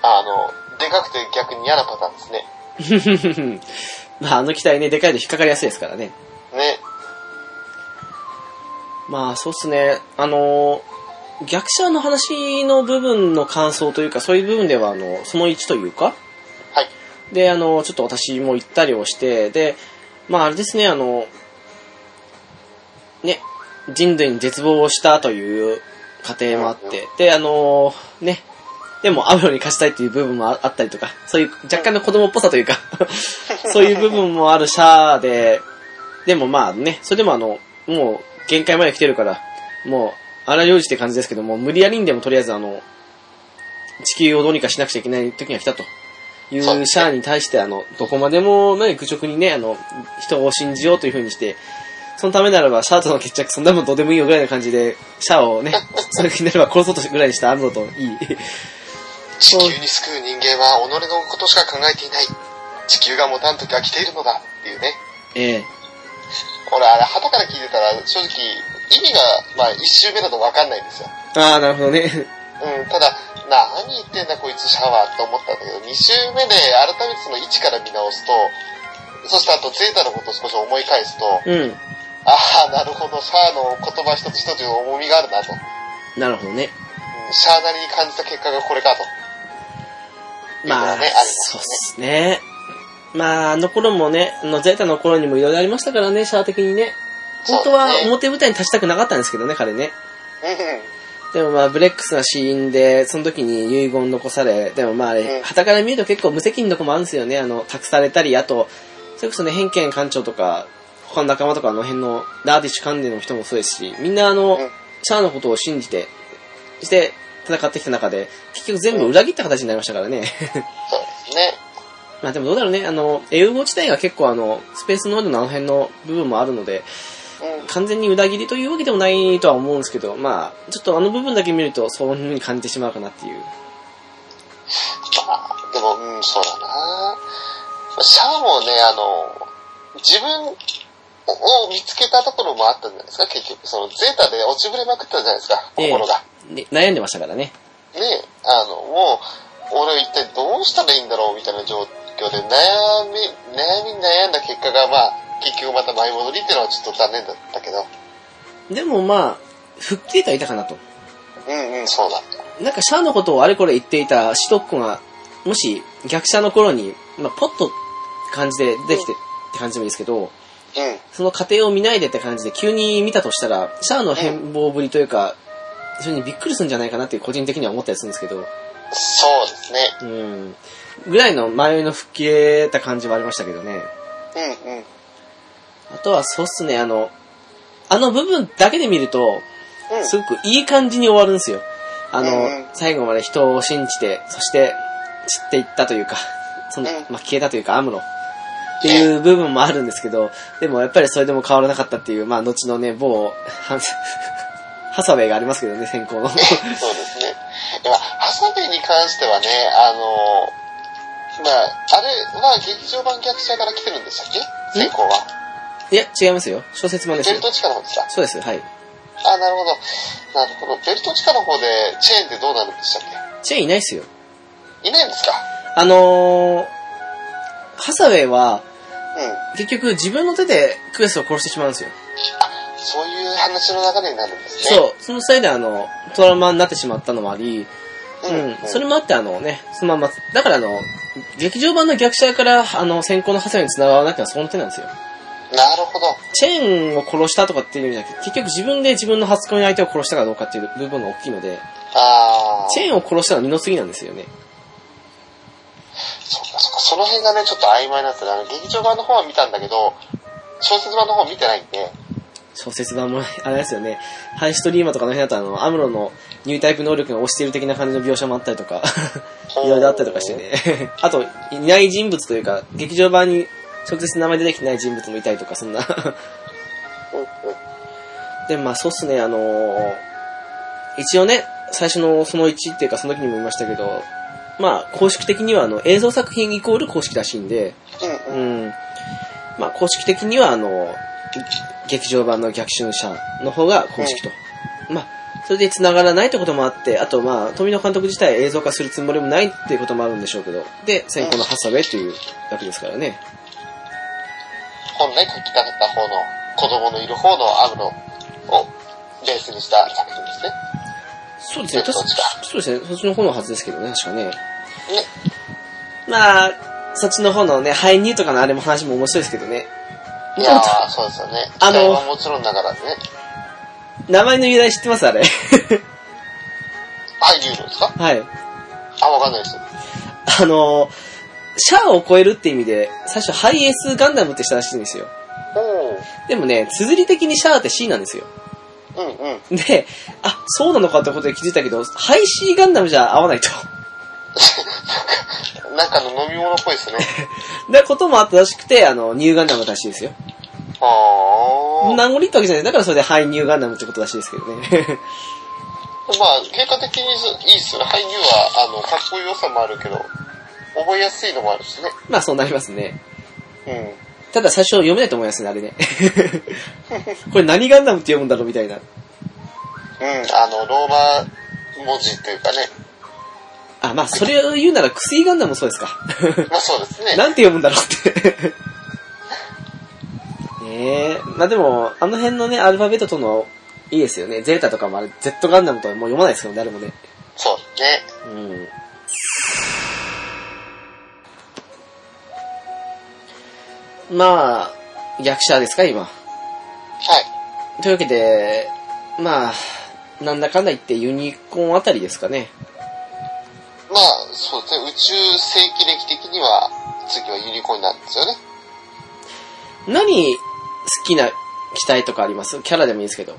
Speaker 2: あの、でかくて逆に嫌なパターンですね。
Speaker 1: まあ、あの機体ね、でかいと引っかかりやすいですからね。
Speaker 2: ね。
Speaker 1: まあそうっすね、あのー逆者の話の部分の感想というか、そういう部分では、あの、その1というか、
Speaker 2: はい。
Speaker 1: で、あの、ちょっと私も行ったりをして、で、まああれですね、あの、ね、人類に絶望をしたという過程もあって、で、あの、ね、でもアムロに貸したいという部分もああったりとか、そういう若干の子供っぽさというか、そういう部分もあるシャアで、でもまあね、それでもあの、もう限界まで来てるから、もう、荒領事って感じですけども、無理やりにでもとりあえずあの、地球をどうにかしなくちゃいけない時が来たと。いうシ
Speaker 2: そうですね
Speaker 1: ャアに対して、あの、どこまでも、ね、愚直にね、あの、人を信じようという風にして、そのためならば、シャアとの決着、そんなもんどうでもいいよぐらいな感じで、シャア をね、そういう気になれば殺そうとしぐらいにしたアムロといい。
Speaker 2: 地球に救う人間は己のことしか考えていない。地球が持たん時は来ているのだ。っていうね。
Speaker 1: ええ
Speaker 2: 俺、あれ、旗から聞いてたら、正直、意味が、まあ、一周目だとわかんないんですよ。
Speaker 1: ああ、なるほどね。
Speaker 2: うん、ただ、何言ってんだこいつシャワーと思ったんだけど、2周目で改めてその位置から見直すと、そしてあとゼータのことを少し思い返すと、
Speaker 1: うん。
Speaker 2: ああ、なるほど、シャアの言葉一つ一つの重みがあるなと。うん
Speaker 1: なるほどね。
Speaker 2: シャアなりに感じた結果がこれかと。
Speaker 1: まあ
Speaker 2: いいのはねあり、ます
Speaker 1: そう
Speaker 2: ね
Speaker 1: っすね。まあ、あの頃もね、あの、ゼータの頃にもいろいろありましたからね、シャア的にね。本当は
Speaker 2: そうですね
Speaker 1: 表舞台に立ちたくなかったんですけどね、彼ね。
Speaker 2: うんうん。
Speaker 1: でもまあ、ブレックスな死因で、その時に遺言残され、でもまあ、あ
Speaker 2: う
Speaker 1: れ、
Speaker 2: ん
Speaker 1: 旗から見ると結構無責任なとこもあるんですよね。あの、託されたり、あと、それこそね、偏見館長とか、他の仲間とかあの辺の、ラーディッシュ関連の人もそうですし、みんなあの、
Speaker 2: うん
Speaker 1: シャアのことを信じて、して、戦ってきた中で、結局全部裏切った形になりましたからね。
Speaker 2: そうですね。
Speaker 1: まあでもどうだろうね、あの、英語自体が結構あの、スペースノードのあの辺の部分もあるので、
Speaker 2: うん。
Speaker 1: 完全に裏切りというわけでもないとは思うんですけど、まあ、ちょっとあの部分だけ見ると、そういう風に感じてしまうかなっていう。
Speaker 2: まあ、でも、うん、そうだな。シャアもね、あの、自分を見つけたところもあったんじゃないですか、結局。その、ゼータで落ちぶれまくったじゃないですか、
Speaker 1: ええ
Speaker 2: 心が。
Speaker 1: で悩んでましたからね。
Speaker 2: ね、あの、もう、俺は一体どうしたらいいんだろうみたいな状況で悩み、悩みに悩んだ結果が、まあ、結局また舞い戻りっていうのはちょっと残念だったけど。
Speaker 1: でもまあ、吹っ切れてはいたかなと。
Speaker 2: うんうん、そうだった。
Speaker 1: なんかシャアのことをあれこれ言っていたシトッコが、もし逆シャアの頃に、まあ、ポッと感じでできてって感じでもいいですけど、
Speaker 2: うん。
Speaker 1: その過程を見ないでって感じで急に見たとしたら、シャアの変貌ぶりというか、それにびっくりするんじゃないかなって個人的には思ったりするんですけど、
Speaker 2: そうですね。
Speaker 1: うん。ぐらいの前の吹っ切れた感じはありましたけどね。
Speaker 2: うんうん。
Speaker 1: あとはそうっすね、あの、あの部分だけで見ると、
Speaker 2: うん。
Speaker 1: すごくいい感じに終わるんですよ。あの、
Speaker 2: うん
Speaker 1: 最後まで人を信じて、そして散っていったというか、 その
Speaker 2: うん、
Speaker 1: まあ、消えたというか、アムロっていう部分もあるんですけど、でもやっぱりそれでも変わらなかったっていう、まあ、後のね、某、ハ ハサウェイがありますけどね、先行 の。
Speaker 2: そうですね。まあ、ハサベに関してはね、あのまあ、あれは劇場版逆者から来てるんでしたっけ成功は。
Speaker 1: いや、違いますよ。小説もです
Speaker 2: ベ
Speaker 1: よ
Speaker 2: ル。ト地下の方でした。
Speaker 1: そうです、はい。
Speaker 2: あ、なるほど。なるほど。ベルト地下の方でチェーンってどうなるんでしたっ
Speaker 1: チェーンいないですよ。
Speaker 2: けいないんですか
Speaker 1: あのー、ハサウェイは、
Speaker 2: うん。
Speaker 1: 結局自分の手でクエストを殺してしまうんですよ。
Speaker 2: あ、そういう話の流れになるんですね。
Speaker 1: そう、そのせいであの、トラウマになってしまったのもあり、うん、それもあってあのね、そのまま、だからあの、劇場版の逆者からあの、先行のハサミに繋がらなきゃその手なんですよ。
Speaker 2: なるほど。
Speaker 1: チェーンを殺したとかっていうんじゃなくて、結局自分で自分の初恋の相手を殺したかどうかっていう部分が大きいので、
Speaker 2: ああ。
Speaker 1: チェーンを殺したのは二の次なんですよね。
Speaker 2: そうか、そうか。その辺がね、ちょっと曖昧なんですよ。あの、劇場版の方は見たんだけど、小説版の方見てないんで。
Speaker 1: 小説版も、あれですよね、ハイストリーマとかの辺だとあの、アムロのニュータイプ能力が落ちてる的な感じの描写もあったりとか、 いろいろあったりとかして。ね。 あと、いない人物というか、劇場版に直接名前出てきてない人物もいたりとか、そんな。
Speaker 2: うんうん。
Speaker 1: で、まあ、そうっすね、あのー一応ね、最初のその1っていうか、その時にも言いましたけど、まあ、公式的にはあの映像作品イコール公式らしいんで、う
Speaker 2: う
Speaker 1: ん
Speaker 2: うん。
Speaker 1: ん。まあ、公式的にはあの、劇場版の逆襲者の方が公式と。まあ、それで繋がらないってこともあって、あとまあ、富野監督自体映像化するつもりもないっていうこともあるんでしょうけど、で、先行のハサウェイというわけですからね。
Speaker 2: 本来書きたかった方の、子供のいる方のアムロをベースにした作品ですね。
Speaker 1: そうですね、
Speaker 2: そう
Speaker 1: 確
Speaker 2: か
Speaker 1: かそうですね、そっちの方のはずですけどね、確かね。
Speaker 2: ね。
Speaker 1: まあ、そっちの方のね、俳優とかのあれも話も面白いですけどね。
Speaker 2: いやー、そうですよね。
Speaker 1: あ
Speaker 2: あ
Speaker 1: の
Speaker 2: の、はもちろんながらね。
Speaker 1: 名前の由来知ってますあれ。
Speaker 2: はい、流動ですか
Speaker 1: はい。
Speaker 2: あ、わかんないです。
Speaker 1: あのー、シャアを超えるって意味で、最初ハイエースガンダムってしたらしいんですよ。
Speaker 2: おお。
Speaker 1: でもね、綴り的にシャアって C なんですよ。
Speaker 2: うんうん。
Speaker 1: で、あ、そうなのかってことで気づいたけど、ハイ C ガンダムじゃ合わないと。
Speaker 2: なんかの飲み物っぽいで すね。
Speaker 1: なこともあったらしくて、あの、ニューガンダムらしいですよ。
Speaker 2: はあ。
Speaker 1: 名残ったわけじゃない。だからそれでハイニューガンダムってことらしいですけどね。
Speaker 2: まあ、結果的にいいっすね。ハイニューは、あの、かっこよさもあるけど、覚えやすいのもあるしね。
Speaker 1: まあそうなりますね。
Speaker 2: うん。
Speaker 1: ただ最初読めないと思いますね、あれ ね。これ何ガンダムって読むんだろうみたいな。
Speaker 2: うん、あの、ローマ文字という かね。
Speaker 1: あ、まあそれを言うなら薬ガンダムもそうですか。
Speaker 2: まあそうですね。
Speaker 1: なんて読むんだろうって。 ねえ。まあでも、あの辺のね、アルファベットとの、いいですよね。ゼータとかもあれ、Z ガンダムとはもう読まないですけど、誰もね。
Speaker 2: そうね。
Speaker 1: うん。まあ、逆者ですか、今。
Speaker 2: はい。
Speaker 1: というわけで、まあ、なんだかんだ言ってユニコーンあたりですかね。
Speaker 2: まあ、そうですね、宇宙世紀歴的には、次はユニコーンになるんですよね。
Speaker 1: 何、好きな機体とかありますキャラでもいいですけど。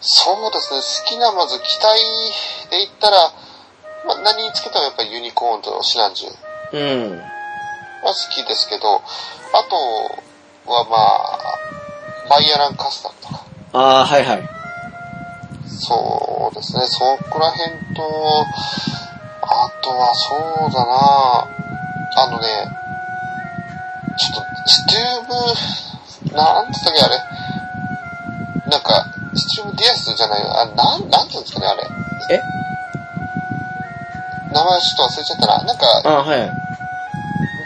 Speaker 2: そうですね、好きなまず機体で言ったら、まあ、何につけてもやっぱりユニコーンとシナンジュ
Speaker 1: うん。
Speaker 2: は好きですけど、あとはまあ、バイアランカスタムとか、
Speaker 1: ああ、はいはい。
Speaker 2: そうですね、そこら辺と、あとはそうだなあのね、ちょっと、スチューブ、なんつったっけあれ、なんか、スチューブディアスじゃない、あ、なん、なんていうんですかねあれ。
Speaker 1: え
Speaker 2: 名前ちょっと忘れちゃったな。なんか、
Speaker 1: ああ、はい。はい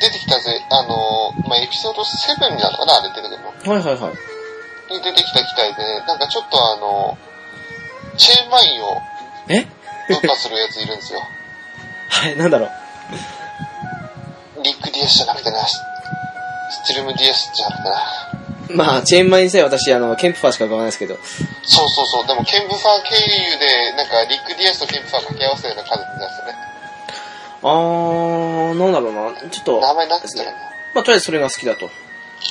Speaker 2: 出てきたぜ、あのー、まあ、エピソード7になるのかなあれ出てくるの。
Speaker 1: はいはい。
Speaker 2: に出てきた機体で、ね、なんかちょっとあのー、チェーンマインを
Speaker 1: え
Speaker 2: 分破するやついるんですよ。
Speaker 1: はい、なんだろう。
Speaker 2: リック DS じゃなくてな、ススチルム DS じゃなくてな。
Speaker 1: まあ、チェーンマインさえ私、あの、ケンプファーしか浮かばないですけど。
Speaker 2: そうそうそう、でもケンブファー経由で、なんかリック DS とケンブファー掛け合わせたような感じですよね。
Speaker 1: あー、なんだろうな。ちょっと、
Speaker 2: 名前なんて言ったらいいの
Speaker 1: まあ、とりあえずそれが好きだと。
Speaker 2: え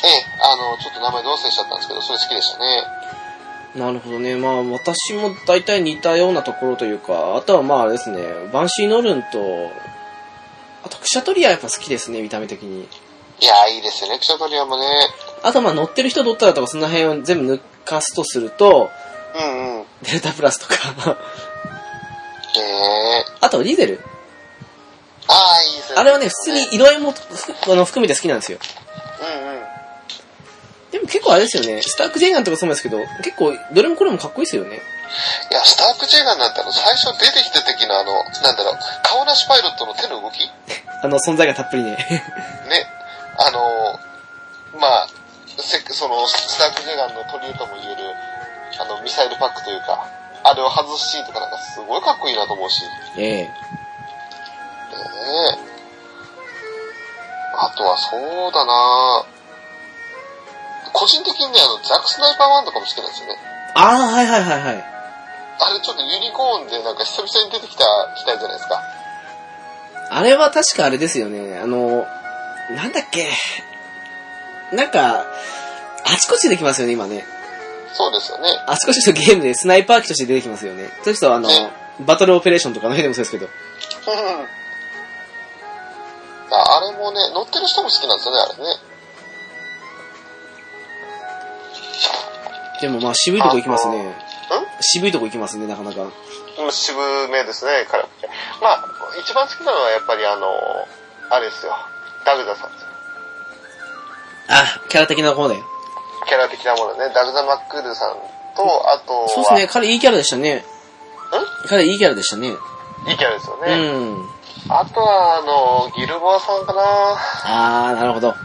Speaker 2: え、あの、ちょっと名前どうせしちゃったんですけど、それ好きでしたね。
Speaker 1: なるほどね。まあ、私も大体似たようなところというか、あとはまあ、あれですね、バンシーノルンと、あと、クシャトリアやっぱ好きですね、見た目的に。
Speaker 2: いや、いいですよね、クシャトリアもね。
Speaker 1: あとまあ、乗ってる人どったらとか、その辺を全部抜かすとすると、
Speaker 2: うんうん。
Speaker 1: デルタプラスとか。
Speaker 2: ええ
Speaker 1: あと、リゼル。
Speaker 2: ああ、いいですね。
Speaker 1: あれはね、普通に色合いも、 ふあの、含めて好きなんですよ。
Speaker 2: うんうん。
Speaker 1: でも結構あれですよね、スターク・ジェイガンとかそうなんですけど、結構、どれもこれもかっこいいですよね。
Speaker 2: いや、スターク・ジェイガンなんてあの、最初出てきた時のあの、なんだろう、顔なしパイロットの手の動きね、
Speaker 1: あの、存在がたっぷりね。
Speaker 2: あの、まあ、せその、スターク・ジェイガンの取りとも言える、あの、ミサイルパックというか、あれを外すシーンとかなんかすごいかっこいいなと思うし、ね
Speaker 1: ええ。
Speaker 2: えあとはそうだな個人的にね、あの、ザック・スナイパーワンとかも好きなんですよね。
Speaker 1: ああ、はいはいはいはい。
Speaker 2: あれちょっとユニコーンでなんか久々に出てきた機体じゃないですか。
Speaker 1: あれは確かあれですよね。あの、なんだっけ。なんか、あちこちできますよね、今ね。
Speaker 2: そうですよね。
Speaker 1: あちこちのゲームでスナイパー機として出てきますよね。それこそあの、バトルオペレーションとかの辺でもそうですけど。
Speaker 2: うんああれもね、乗ってる人も好きなんですよね、あれね。
Speaker 1: でもまあ渋いとこ行きますね。
Speaker 2: うん
Speaker 1: 渋いとこ行きますね、なかなか。
Speaker 2: 渋めですね、彼も。まあ、一番好きなのはやっぱりあの、あれですよ。ダグザさんですよ。
Speaker 1: あ、キャラ的な方だよ。
Speaker 2: キャラ的なものね。ダグザ・マックールさんと、あとは、
Speaker 1: そうですね、彼いいキャラでしたね。彼いいキャラでしたね。
Speaker 2: んいいキャラですよ
Speaker 1: う
Speaker 2: ね。
Speaker 1: ん。
Speaker 2: あとは、あの、ギルボアさんかな
Speaker 1: あー、なるほど。
Speaker 2: やっ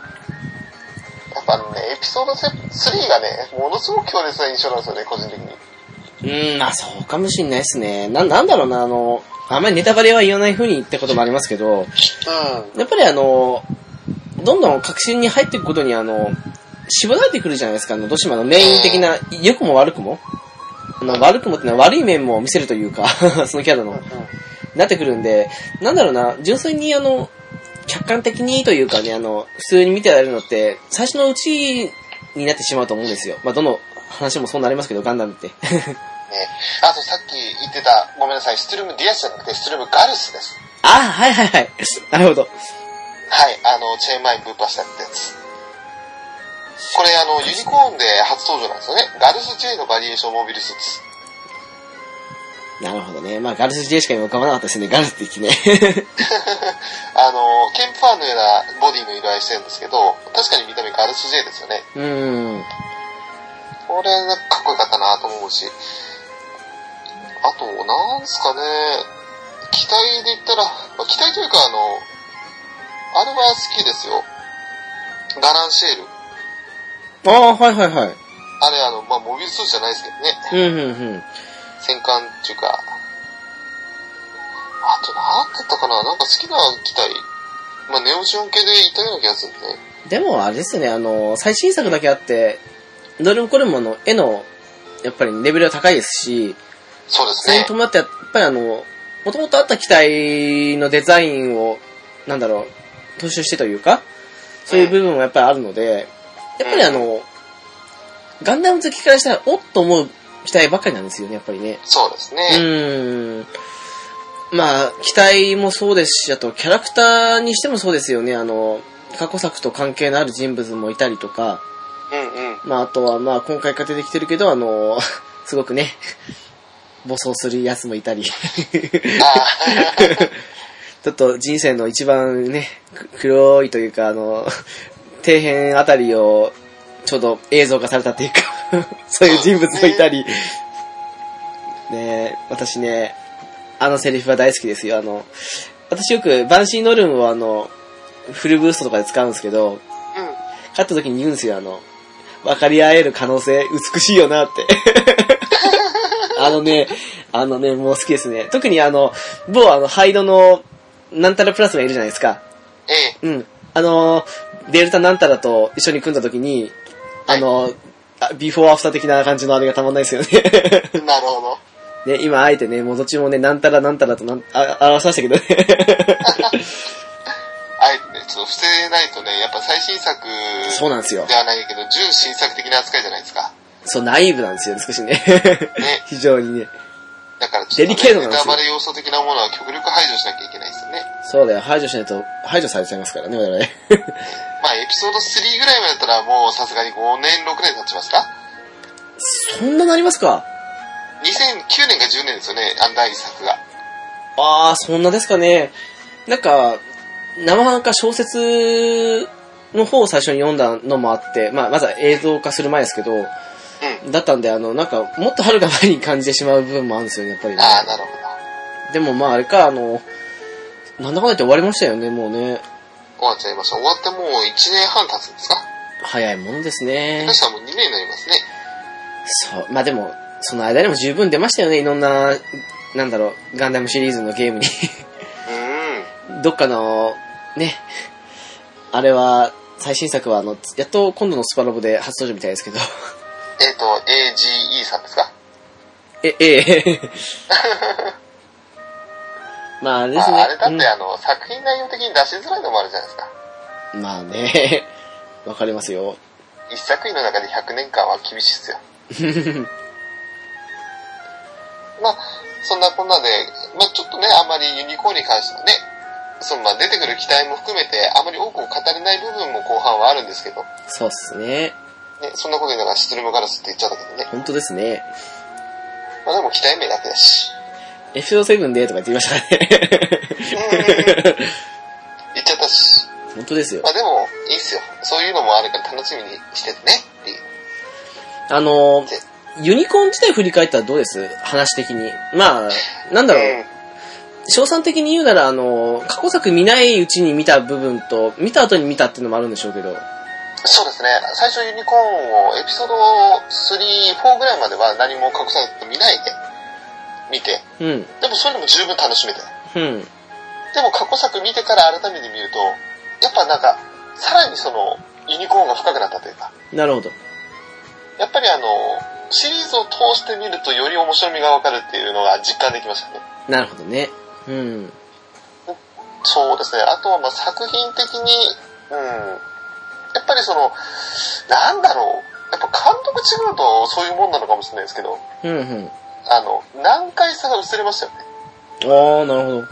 Speaker 2: ぱね、エピソード3がね、ものすごく強烈な印象なんですよね、個人的に。
Speaker 1: うん、まあそうかもしんないですね。な、なんだろうな、あの、あんまりネタバレは言わない風に言ったこともありますけど、
Speaker 2: うん。
Speaker 1: やっぱりあの、どんどん確信に入っていくことにあの、絞られてくるじゃないですか、あの、どうしてもあの、メイン的な、良くも悪くも。あの、悪くもってのは悪い面も見せるというか、 そのキャラの、なってくるんで、なんだろうな、純粋にあの、客観的にというかね、あの、普通に見てられるのって、最初のうちになってしまうと思うんですよ。まあ、どの話もそうなりますけど、ガンダムって。
Speaker 2: ね、あとさっき言ってた、ごめんなさい、ストゥルムディアスじゃなくて、ストゥルムガルスです。
Speaker 1: ああ、はいはいはい。なるほど。
Speaker 2: はい、あの、チェーンマインぶっ破したってやつ。これ、あの、ユニコーンで初登場なんですよね。ガルス J のバリエーションモビルスーツ。
Speaker 1: なるほどね。まあ、ガルス J しか今浮かばなかったですね。ガルスって言ってね。
Speaker 2: あの、ケンプファーのようなボディの色合いしてるんですけど、確かに見た目ガルス J ですよね。
Speaker 1: うーん。
Speaker 2: これ、なんかかっこよかったなと思うし。あと、なんすかね、機体で言ったら、まあ機体というか、あの、あれは好きですよ。ガランシェール。
Speaker 1: ああ、はいはいはい。
Speaker 2: あれ、あの、まあ、モビルスーツじゃないですけどね。
Speaker 1: うんうんうん。
Speaker 2: 戦艦っていうか、あと何だったかななんか好きな機体、まあ、ネオジオン系でいたような気がするね。
Speaker 1: でも、あれですよね、あの、最新作だけあって、どれもこれもあの、絵の、やっぱりレベルは高いですし、
Speaker 2: そうです
Speaker 1: それ
Speaker 2: ね
Speaker 1: に。伴って、やっぱりあの、もともとあった機体のデザインを、なんだろう、踏襲してというか、そういう部分もやっぱりあるので、やっぱりあの、ガンダム好きからしたら、おっと思う機体ばっかりなんですよね、やっぱりね。
Speaker 2: そうです
Speaker 1: う
Speaker 2: ね。
Speaker 1: ーん。まあ、機体もそうですし、あと、キャラクターにしてもそうですよね、あの、過去作と関係のある人物もいたりとか、
Speaker 2: うんうん。
Speaker 1: まあ、あとは、まあ、今回から出てきてるけど、あの、 すごくね、暴走するやつもいたり、ち
Speaker 2: あー
Speaker 1: ょっと人生の一番ね、く黒いというか、あの、 底辺あたりを、ちょうど映像化されたっていうか、 そういう人物もいたり、ねえ私ね、あのセリフは大好きですよ、あの、私よく、バンシーノルンをあの、フルブーストとかで使うんですけど、
Speaker 2: うん。
Speaker 1: 勝った時に言うんですよ、あの、分かり合える可能性、美しいよなって。 あのね、あのね、もう好きですね。特にあの、某あの、ハイドの、なんたらプラスがいるじゃないですか。
Speaker 2: ええ。
Speaker 1: うん。あの、デルタなんたらと一緒に組んだ時に、あの、あビフォーアフター的な感じのあれがたまんないですよね。
Speaker 2: なるほど。
Speaker 1: ね、今あえてね、もうどっちもね、なんたらなんたらとなん、あ、表しましたけどね。
Speaker 2: あえてね、ちょっと伏せないとね、やっぱ最新作
Speaker 1: そうなんですよ
Speaker 2: で。はないけど、純新作的な扱いじゃないですか。
Speaker 1: そう、ナイーブなんですよね、少しね。
Speaker 2: ね
Speaker 1: 非常にね。
Speaker 2: だからちょっと、ね、
Speaker 1: デリケートなんで
Speaker 2: ネ
Speaker 1: すよ
Speaker 2: タバレ要素的なものは極力排除しなきゃいけないですよね。
Speaker 1: そうだよ、排除しないと、排除されちゃいますからね、我々。
Speaker 2: まあ、エピソード3ぐらいまでだったらもうさすがに5年、6年経ちますか
Speaker 1: そんななりますか
Speaker 2: ?2009 年か10年ですよね、あの第一作が。
Speaker 1: ああ、そんなですかね。なんか、生か小説の方を最初に読んだのもあって、まあ、まずは映像化する前ですけど、
Speaker 2: う
Speaker 1: だったんで、あの、なんか、もっと遥か前に感じてしまう部分もあるんですよね、やっぱり、ね。
Speaker 2: ああ、なるほど。
Speaker 1: でもまあ、あれか、あの、なんだかんだ言って終わりましたよね、もうね。
Speaker 2: 終わっちゃいました。終わってもう1年半経つんですか
Speaker 1: 早いものですね
Speaker 2: 下手。したらもう2年になりますね。
Speaker 1: そう、まあでも、その間にも十分出ましたよね、いろんな、なんだろう、ガンダムシリーズのゲームに。どっかの、ね、あれは、最新作はあの、やっと今度のスパロボで初登場みたいですけど、
Speaker 2: うーん。えっ、と、AGE さんですか
Speaker 1: え、ええ、 まあ、あれですね。
Speaker 2: ああれだって、あの、作品内容的に出しづらいのもあるじゃないですか。
Speaker 1: うんまあね、 わかりますよ。
Speaker 2: 一作品の中で100年間は厳しいです よ。まあ、そんなこんなで、まあちょっとね、あんまりユニコーンに関してはね、そのまあ出てくる期待も含めて、あまり多くを語れない部分も後半はあるんですけど、
Speaker 1: そうっすね。
Speaker 2: ね、そんなこと言いながらシステムガラスって言っちゃったけどね。
Speaker 1: 本当ですね。
Speaker 2: まあでも期待名だけだし。
Speaker 1: F07 でとか言ってましたからね。
Speaker 2: うん言っちゃったし。
Speaker 1: 本当ですよ
Speaker 2: ま。あでも、いいっすよ。そういうのもあるから楽しみにしててね、っていう。
Speaker 1: あの、ユニコーン自体振り返ったらどうです話的に。まあ、なんだろう。
Speaker 2: うん
Speaker 1: 賞賛的に言うなら、あの、過去作見ないうちに見た部分と、見た後に見たっていうのもあるんでしょうけど、
Speaker 2: そうですね。最初ユニコーンをエピソード3、4ぐらいまでは何も隠さず見ないで、見て。
Speaker 1: うん、
Speaker 2: でもそれでも十分楽しめて。
Speaker 1: うん、
Speaker 2: でも過去作見てから改めて見ると、やっぱなんか、さらにその、ユニコーンが深くなったというか、
Speaker 1: なるほど。
Speaker 2: やっぱりあの、シリーズを通して見るとより面白みがわかるっていうのが実感できましたね。
Speaker 1: なるほどね。うん、
Speaker 2: そうですね。あとはまあ作品的に、うん、やっぱりその、なんだろう、やっぱ監督違うとそういうもんなのかもしれないですけど、
Speaker 1: うん、うん。
Speaker 2: あの、難解さが薄れましたよね。
Speaker 1: ああ、なるほど。
Speaker 2: フ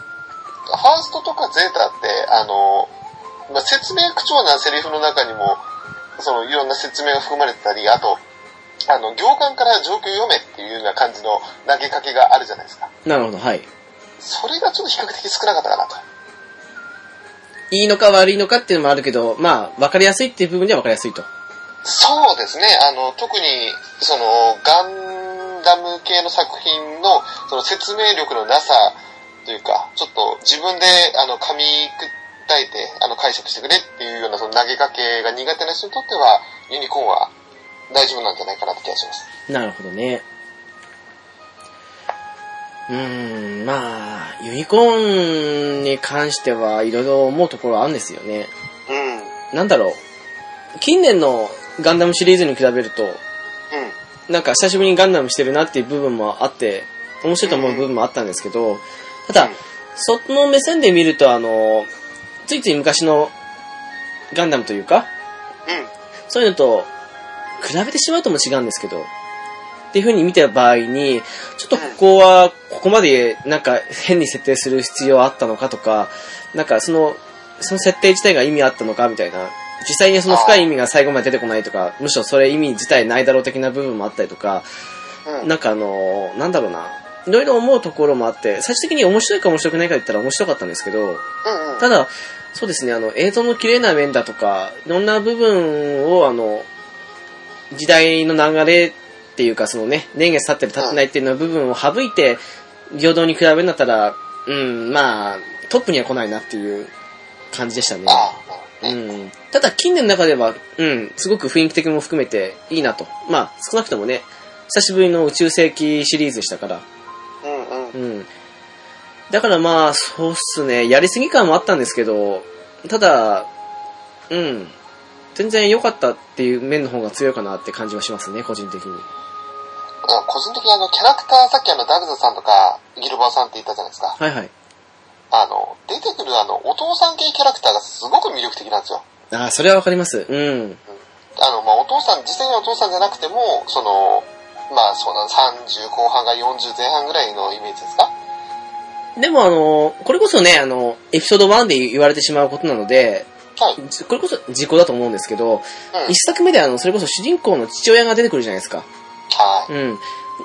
Speaker 2: ァーストとかゼータって、あの、まあ、説明口調なセリフの中にも、そのいろんな説明が含まれてたり、あと、あの、行間から状況読めっていうような感じの投げかけがあるじゃないですか。
Speaker 1: なるほど、はい。
Speaker 2: それがちょっと比較的少なかったかなと。
Speaker 1: いいのか悪いのかっていうのもあるけど、まあ、わかりやすいっていう部分ではわかりやすいと。
Speaker 2: そうですね、あの、特に、その、ガンダム系の作品の、その説明力のなさというか、ちょっと自分で、あの、噛み砕いて、あの、解釈してくれっていうような、その投げかけが苦手な人にとっては、ユニコーンは大丈夫なんじゃないかなって気がします。
Speaker 1: なるほどね。うーん、まあ、ユニコーンに関してはいろいろ思うところあるんですよね。
Speaker 2: うん。うん。
Speaker 1: なんだろう。近年のガンダムシリーズに比べると、なんか久しぶりにガンダムしてるなっていう部分もあって、面白いと思う部分もあったんですけど、ただ、その目線で見ると、あの、ついつい昔のガンダムというか、
Speaker 2: うん。
Speaker 1: そういうのと、比べてしまうとも違うんですけど、っていう風に見た場合に、ちょっとここは、ここまでなんか変に設定する必要あったのかとか、なんかその、その設定自体が意味あったのかみたいな、実際にその深い意味が最後まで出てこないとか、むしろそれ意味自体ないだろう的な部分もあったりとか、
Speaker 2: うん。
Speaker 1: なんかあの、なんだろうな、いろいろ思うところもあって、最終的に面白いか面白くないかで言ったら面白かったんですけど、
Speaker 2: うんうん。
Speaker 1: ただ、そうですね、あの、映像の綺麗な面だとか、いろんな部分を、あの、時代の流れっていうか、そのね、年月経ってる経ってないっていうの部分を省いて、平等に比べるんだったら、うん、まあ、トップには来ないなっていう感じでしたね。
Speaker 2: ああ、なるほど
Speaker 1: う
Speaker 2: ね。
Speaker 1: ん、ただ、近年の中では、うん、すごく雰囲気的も含めていいなと。まあ、少なくともね、久しぶりの宇宙世紀シリーズでしたから、
Speaker 2: うんうん。
Speaker 1: うん。だからまあ、そうっすね。やりすぎ感もあったんですけど、ただ、うん。全然良かったっていう面の方が強いかなって感じはしますね、個人的に。
Speaker 2: あ個人的にあの、キャラクター、さっきあの、ダグザさんとか、ギルバーさんって言ったじゃないですか。
Speaker 1: はいはい。
Speaker 2: あの、出てくるあの、お父さん系キャラクターがすごく魅力的なんですよ。
Speaker 1: ああ、それはわかります。うん。
Speaker 2: あの、まあ、お父さん、実際にお父さんじゃなくても、その、まあ、そうだ、30後半が40前半ぐらいのイメージですか
Speaker 1: でもあの、これこそね、あの、エピソード1で言われてしまうことなので、
Speaker 2: はい。うん。
Speaker 1: じこれこそ時効だと思うんですけど、一作目であの、それこそ主人公の父親が出てくるじゃないですか。
Speaker 2: はい。
Speaker 1: うん。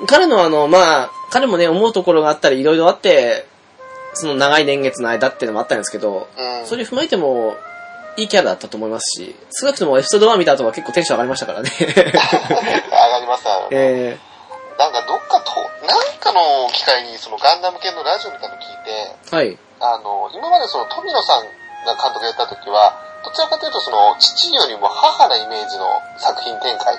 Speaker 1: 彼のあの、まあ、彼もね、思うところがあったり、いろいろあって、その長い年月の間っていうのもあったんですけど、
Speaker 2: うん。
Speaker 1: それ踏まえても、いいキャラだったと思いますし、少なくともエピソード1見た後は結構テンション上がりましたからね。
Speaker 2: 上がりました。
Speaker 1: え
Speaker 2: なんかどっかと、なんかの機会にそのガンダム系のラジオみたいなの聞いて、
Speaker 1: ー、はい。
Speaker 2: あの、今までその富野さんが監督やった時は、どちらかというとその父よりも母なイメージの作品展開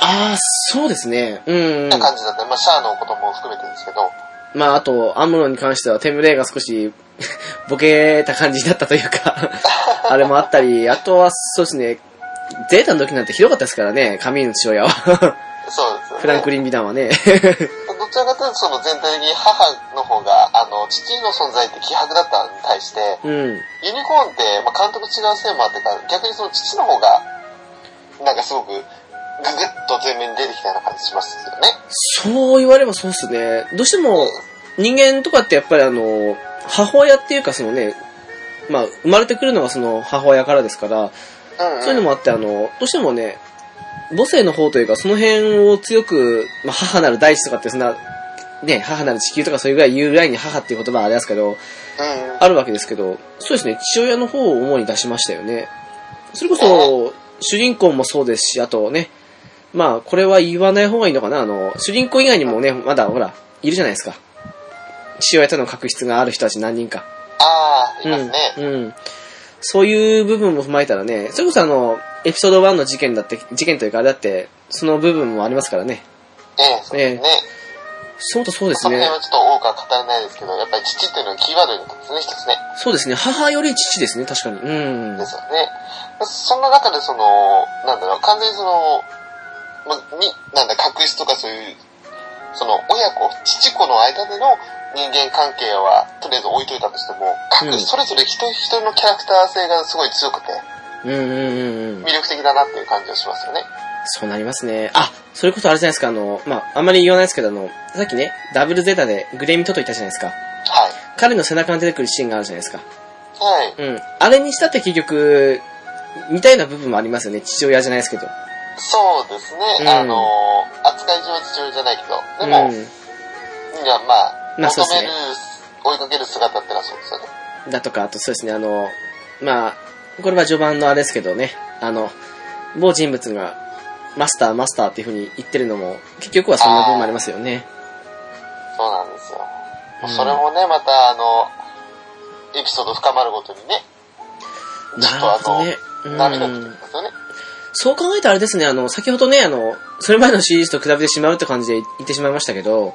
Speaker 1: ああ、そうですね。うん。
Speaker 2: な感じだった、まあシャアのことも含めてですけど、
Speaker 1: まあ、あと、アムロに関しては、テムレイが少し、 ボケた感じだったというか、 あれもあったり、あとは、そうですね、ゼータの時なんてひどかったですからね、カミーヌ父親は。
Speaker 2: そうですよね。
Speaker 1: フランクリン・ビダンはね。
Speaker 2: どちらかというとその全体的に母の方が、あの、父の存在って希薄だったのに対して、
Speaker 1: うん。
Speaker 2: ユニコーンって、まあ、監督違うせいもあってか、逆にその父の方が、なんかすごく、ぐぐっと前面に出てきたような感じしますよね。
Speaker 1: そう言わればそうっすね。どうしても、人間とかってやっぱりあの、母親っていうかそのね、まあ、生まれてくるのがその母親からですから、
Speaker 2: うん、うん。
Speaker 1: そういうのもあってあの、どうしてもね、母性の方というか、その辺を強く、まあ、母なる大地とかってそんな、ね、母なる地球とかそういうぐらい言うぐらいに母っていう言葉はあれですけど、
Speaker 2: うんうん。
Speaker 1: あるわけですけど、そうですね、父親の方を主に出しましたよね。それこそ、主人公もそうですし、あとね、まあ、これは言わない方がいいのかな、あの、主人公以外にもね、まだほら、いるじゃないですか。父親との確執がある人たち何人か。
Speaker 2: ああ、
Speaker 1: う
Speaker 2: い
Speaker 1: ん
Speaker 2: ますね。
Speaker 1: うん。そういう部分も踏まえたらね、それこそあの、エピソード1の事件だって、事件というかあれだって、その部分もありますからね。
Speaker 2: ええ、そうですね。
Speaker 1: そうとそうです
Speaker 2: その
Speaker 1: ね
Speaker 2: 辺。はちょっと多くは語れないですけど、やっぱり父っていうのはキーワードになってますね、一つね。
Speaker 1: そうですね。母より父ですね、確かに。うん
Speaker 2: で。すよね。そんな中でその、なんだろう、完全にその、ま、に、なんだ、確執とかそういう、その親子、父子の間での人間関係は、とりあえず置いといたとしても、各、
Speaker 1: うん
Speaker 2: それぞれ一人一人のキャラクター性がすごい強くて、
Speaker 1: うんうんうんうん。
Speaker 2: 魅力的だなっていう感じがしますよね。
Speaker 1: そうなりますね。あ、それこそあれじゃないですか、あの、まあ、あんまり言わないですけど、あの、さっきね、ダブルゼータでグレミトといたじゃないですか。
Speaker 2: はい。
Speaker 1: 彼の背中に出てくるシーンがあるじゃないですか。
Speaker 2: はい。
Speaker 1: うん。あれにしたって結局、みたいな部分もありますよね。父親じゃないですけど。
Speaker 2: そうですね。
Speaker 1: うん
Speaker 2: あの、扱い上は父親じゃないけど、でも、
Speaker 1: うん。
Speaker 2: いや、まあ、
Speaker 1: まあそう
Speaker 2: 求
Speaker 1: ですね
Speaker 2: める、追いかける姿ってのはそうですよね。
Speaker 1: だとか、あとそうですね、あの、まあ、これは序盤のあれですけどね、あの、某人物が、マスター、マスターっていう風に言ってるのも、結局はそんな部分もありますよね。
Speaker 2: そうなんですよ。
Speaker 1: うん
Speaker 2: それもね、また、あの、エピソード深まるごとにね、ちょっと
Speaker 1: なる
Speaker 2: あ
Speaker 1: ほど
Speaker 2: の、
Speaker 1: ね。
Speaker 2: 涙出
Speaker 1: う
Speaker 2: てき
Speaker 1: ん。
Speaker 2: ますよね。
Speaker 1: そう考えたらあれですね、あの、先ほどね、あの、それまでのシリーズと比べてしまうって感じで言ってしまいましたけど、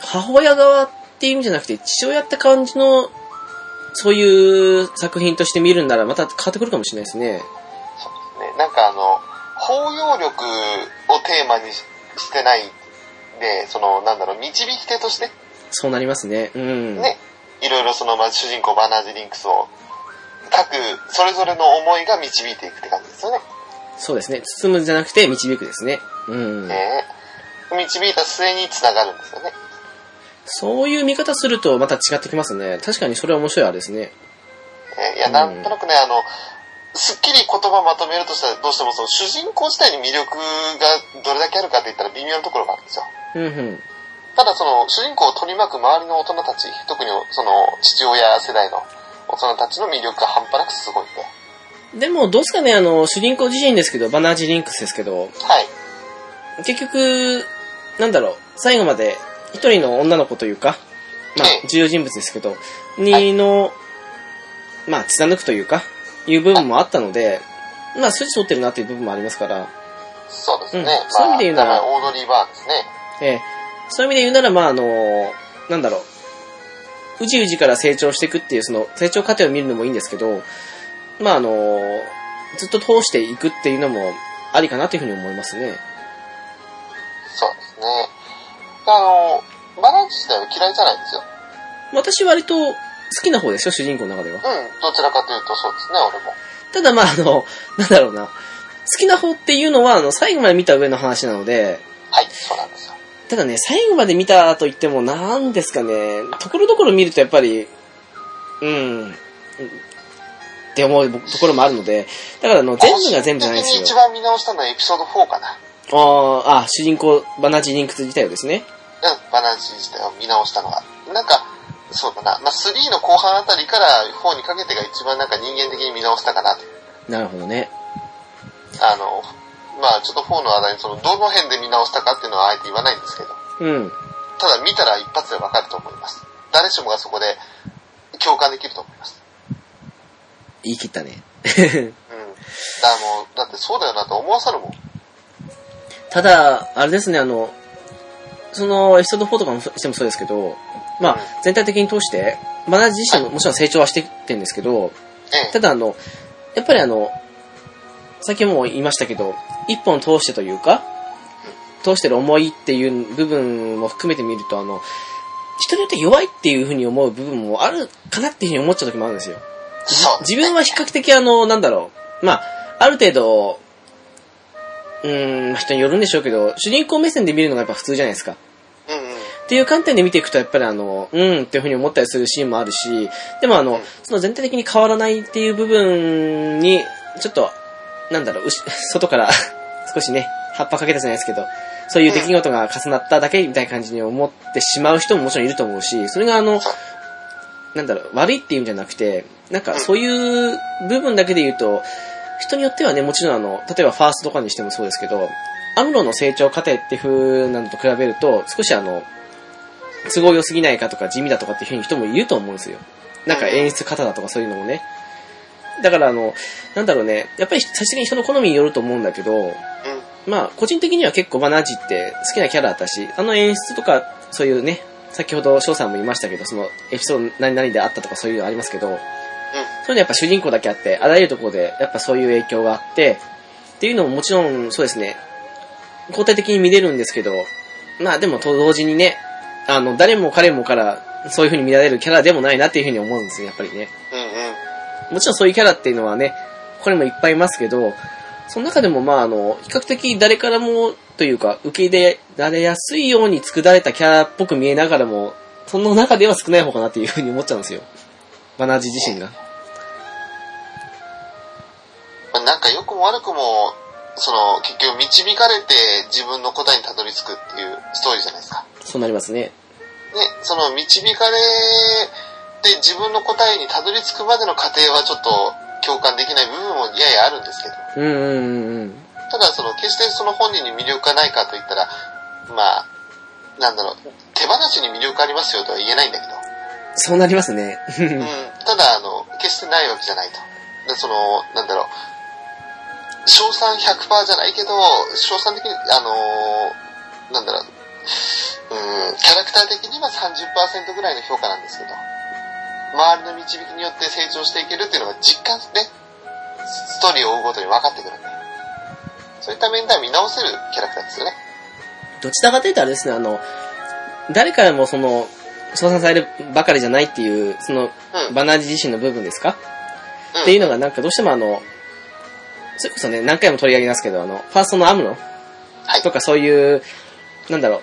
Speaker 1: 母親側っていう意味じゃなくて、父親って感じの、そういう作品として見るんなら、また変わってくるかもしれないですね。
Speaker 2: うん。ね、なんかあの、包容力をテーマにししてないで、その、なんだろう、導き手として、
Speaker 1: そうなりますね。うん。
Speaker 2: ね、いろいろその、まあ、主人公バナージ・リンクスを、各、それぞれの思いが導いていくって感じですよね。
Speaker 1: そうですね。包むんじゃなくて導くですね。うん。
Speaker 2: ね導いた末に繋がるんですよね。
Speaker 1: そういう見方するとまた違ってきますね。確かにそれは面白いあれですね。
Speaker 2: ねいや、なんとなくね、あの、すっきり言葉まとめるとしたら、どうしてもその主人公自体に魅力がどれだけあるかって言ったら微妙なところがあるんですよ。
Speaker 1: うんうん。
Speaker 2: ただその主人公を取り巻く周りの大人たち、特にその父親世代の大人たちの魅力が半端なくすごいんで。
Speaker 1: でも、どうですかね、あの、主人公自身ですけど、バナージリンクスですけど、
Speaker 2: はい。
Speaker 1: 結局、なんだろう、最後まで、一人の女の子というか、ま
Speaker 2: え
Speaker 1: あ、
Speaker 2: え
Speaker 1: 重要人物ですけど、
Speaker 2: は
Speaker 1: にの、まあ、貫くというか、いう部分もあったので、まあ、筋取ってるなっていう部分もありますから、
Speaker 2: そうですね。
Speaker 1: うん
Speaker 2: まあ、
Speaker 1: そういう意味で言うなら
Speaker 2: だからオードリー・バーンですね。
Speaker 1: ええそういう意味で言うなら、まあ、あの、なんだろう、うじうじから成長していくっていう、その、成長過程を見るのもいいんですけど、まあ、あの、ずっと通していくっていうのも、ありかなというふうに思いますね。
Speaker 2: そうですね。あの、バランス自体は嫌いじゃないんですよ。
Speaker 1: 私割と、好きな方ですよ、主人公の中では。
Speaker 2: うん、どちらかというとそうですね、俺も。
Speaker 1: ただまああの、なんだろうな。好きな方っていうのは、あの、最後まで見た上の話なので、
Speaker 2: はい、そうなんですよ。
Speaker 1: ただね、最後まで見たと言っても、なんですかね、ところどころ見るとやっぱり、うん、うんって思うところもあるので、だからあの、全部が全部じゃないんで
Speaker 2: 個人的に
Speaker 1: すよ。
Speaker 2: 一番見直したのはエピソード4かな。
Speaker 1: あーあ、主人公、バナジリンクス自体をですね。
Speaker 2: うん、バランス自体を見直したのは。なんか、そうだな。まあ、3の後半あたりから4にかけてが一番なんか人間的に見直したかなと。
Speaker 1: なるほどね。
Speaker 2: あの、まあちょっと4の話題にその、どの辺で見直したかっていうのはあえて言わないんですけど、
Speaker 1: うん。
Speaker 2: ただ見たら一発でわかると思います。誰しもがそこで共感できると思います。
Speaker 1: 言い切ったね。
Speaker 2: うん。だからもう、だってそうだよなと思わさるもん。
Speaker 1: ただ、あれですね、あの、その、エピソード4とかもしてもそうですけど、まあ、全体的に通して、マナジ自身ももちろん成長はしてきてるんですけど、
Speaker 2: ええ。
Speaker 1: ただあの、やっぱりあの、さっきも言いましたけど、一本通してというか、通してる思いっていう部分も含めてみると、あの、人によって弱いっていうふうに思う部分もあるかなっていうふうに思っちゃう時もあるんですよ。
Speaker 2: そう。
Speaker 1: 自分は比較的あの、なんだろう。まあ、ある程度、うーん、人によるんでしょうけど、主人公目線で見るのがやっぱ普通じゃないですか。
Speaker 2: うんうん。
Speaker 1: っていう観点で見ていくと、やっぱりあの、うんっていうふうに思ったりするシーンもあるし、でもあ
Speaker 2: うん
Speaker 1: の、その全体的に変わらないっていう部分に、ちょっと、なんだろう、うし外から少しね、葉っぱかけたじゃないですけど、そういう出来事が重なっただけみたいな感じに思ってしまう人ももちろんいると思うし、それがあの
Speaker 2: そう、
Speaker 1: なんだろう、悪いっていうんじゃなくて、なんかそういう部分だけで言うと、人によってはね、もちろんあの、例えばファーストとかにしてもそうですけど、アムロの成長過程っていう風なのと比べると、少しあの、都合良すぎないかとか地味だとかっていう風に人もいると思うんですよ。なんか演出方だとかそういうのもね。だからあの、なんだろうね、やっぱり最終的に人の好みによると思うんだけど、
Speaker 2: うん。
Speaker 1: まあ、個人的には結構バナージって好きなキャラだったし、あの演出とか、そういうね、先ほど翔さんも言いましたけど、そのエピソード何々であったとかそういうのありますけど、そういうのやっぱ主人公だけあって、あらゆるところでやっぱそういう影響があって、っていうのももちろんそうですね、肯定的に見れるんですけど、まあでもと同時にね、あの、誰も彼もからそういう風に見られるキャラでもないなっていう風に思うんですよ、やっぱりね。
Speaker 2: うんうん。
Speaker 1: もちろんそういうキャラっていうのはね、これもいっぱいいますけど、その中でもまああの、比較的誰からもというか、受け入れられやすいように作られたキャラっぽく見えながらも、その中では少ない方かなっていうふうに思っちゃうんですよ。バナージ自身が。
Speaker 2: まあ、なんか良くも悪くも、その、結局導かれて自分の答えにたどり着くっていうストーリーじゃないですか。
Speaker 1: そうなりますね。
Speaker 2: ね、その導かれて自分の答えにたどり着くまでの過程はちょっと共感できない部分もややあるんですけど、
Speaker 1: うんうんうんうん。
Speaker 2: ただその決してその本人に魅力がないかといったら、まあ、なんだろう、手放しに魅力ありますよとは言えないんだけど、
Speaker 1: そうなりますね。
Speaker 2: うん、ただあの、決してないわけじゃないと。でその、なんだろう、賞賛100%じゃないけど、賞賛的に、あのーなんだろう、うん、キャラクター的には30%ぐらいの評価なんですけど、周りの導きによって成長していけるっていうのが実感ね、ストーリーを追うごとに分かってくるんで、そういった面では見直せるキャラクターですよね。
Speaker 1: どちらかというとあれですね、あの、誰からもその、称賛されるばかりじゃないっていう、その、
Speaker 2: うん。
Speaker 1: バナージ自身の部分ですか、
Speaker 2: うん
Speaker 1: っていうのがなんかどうしてもあの、それこそね、何回も取り上げますけど、あの、ファーストのアムロ
Speaker 2: はい
Speaker 1: とかそういう、なんだろう、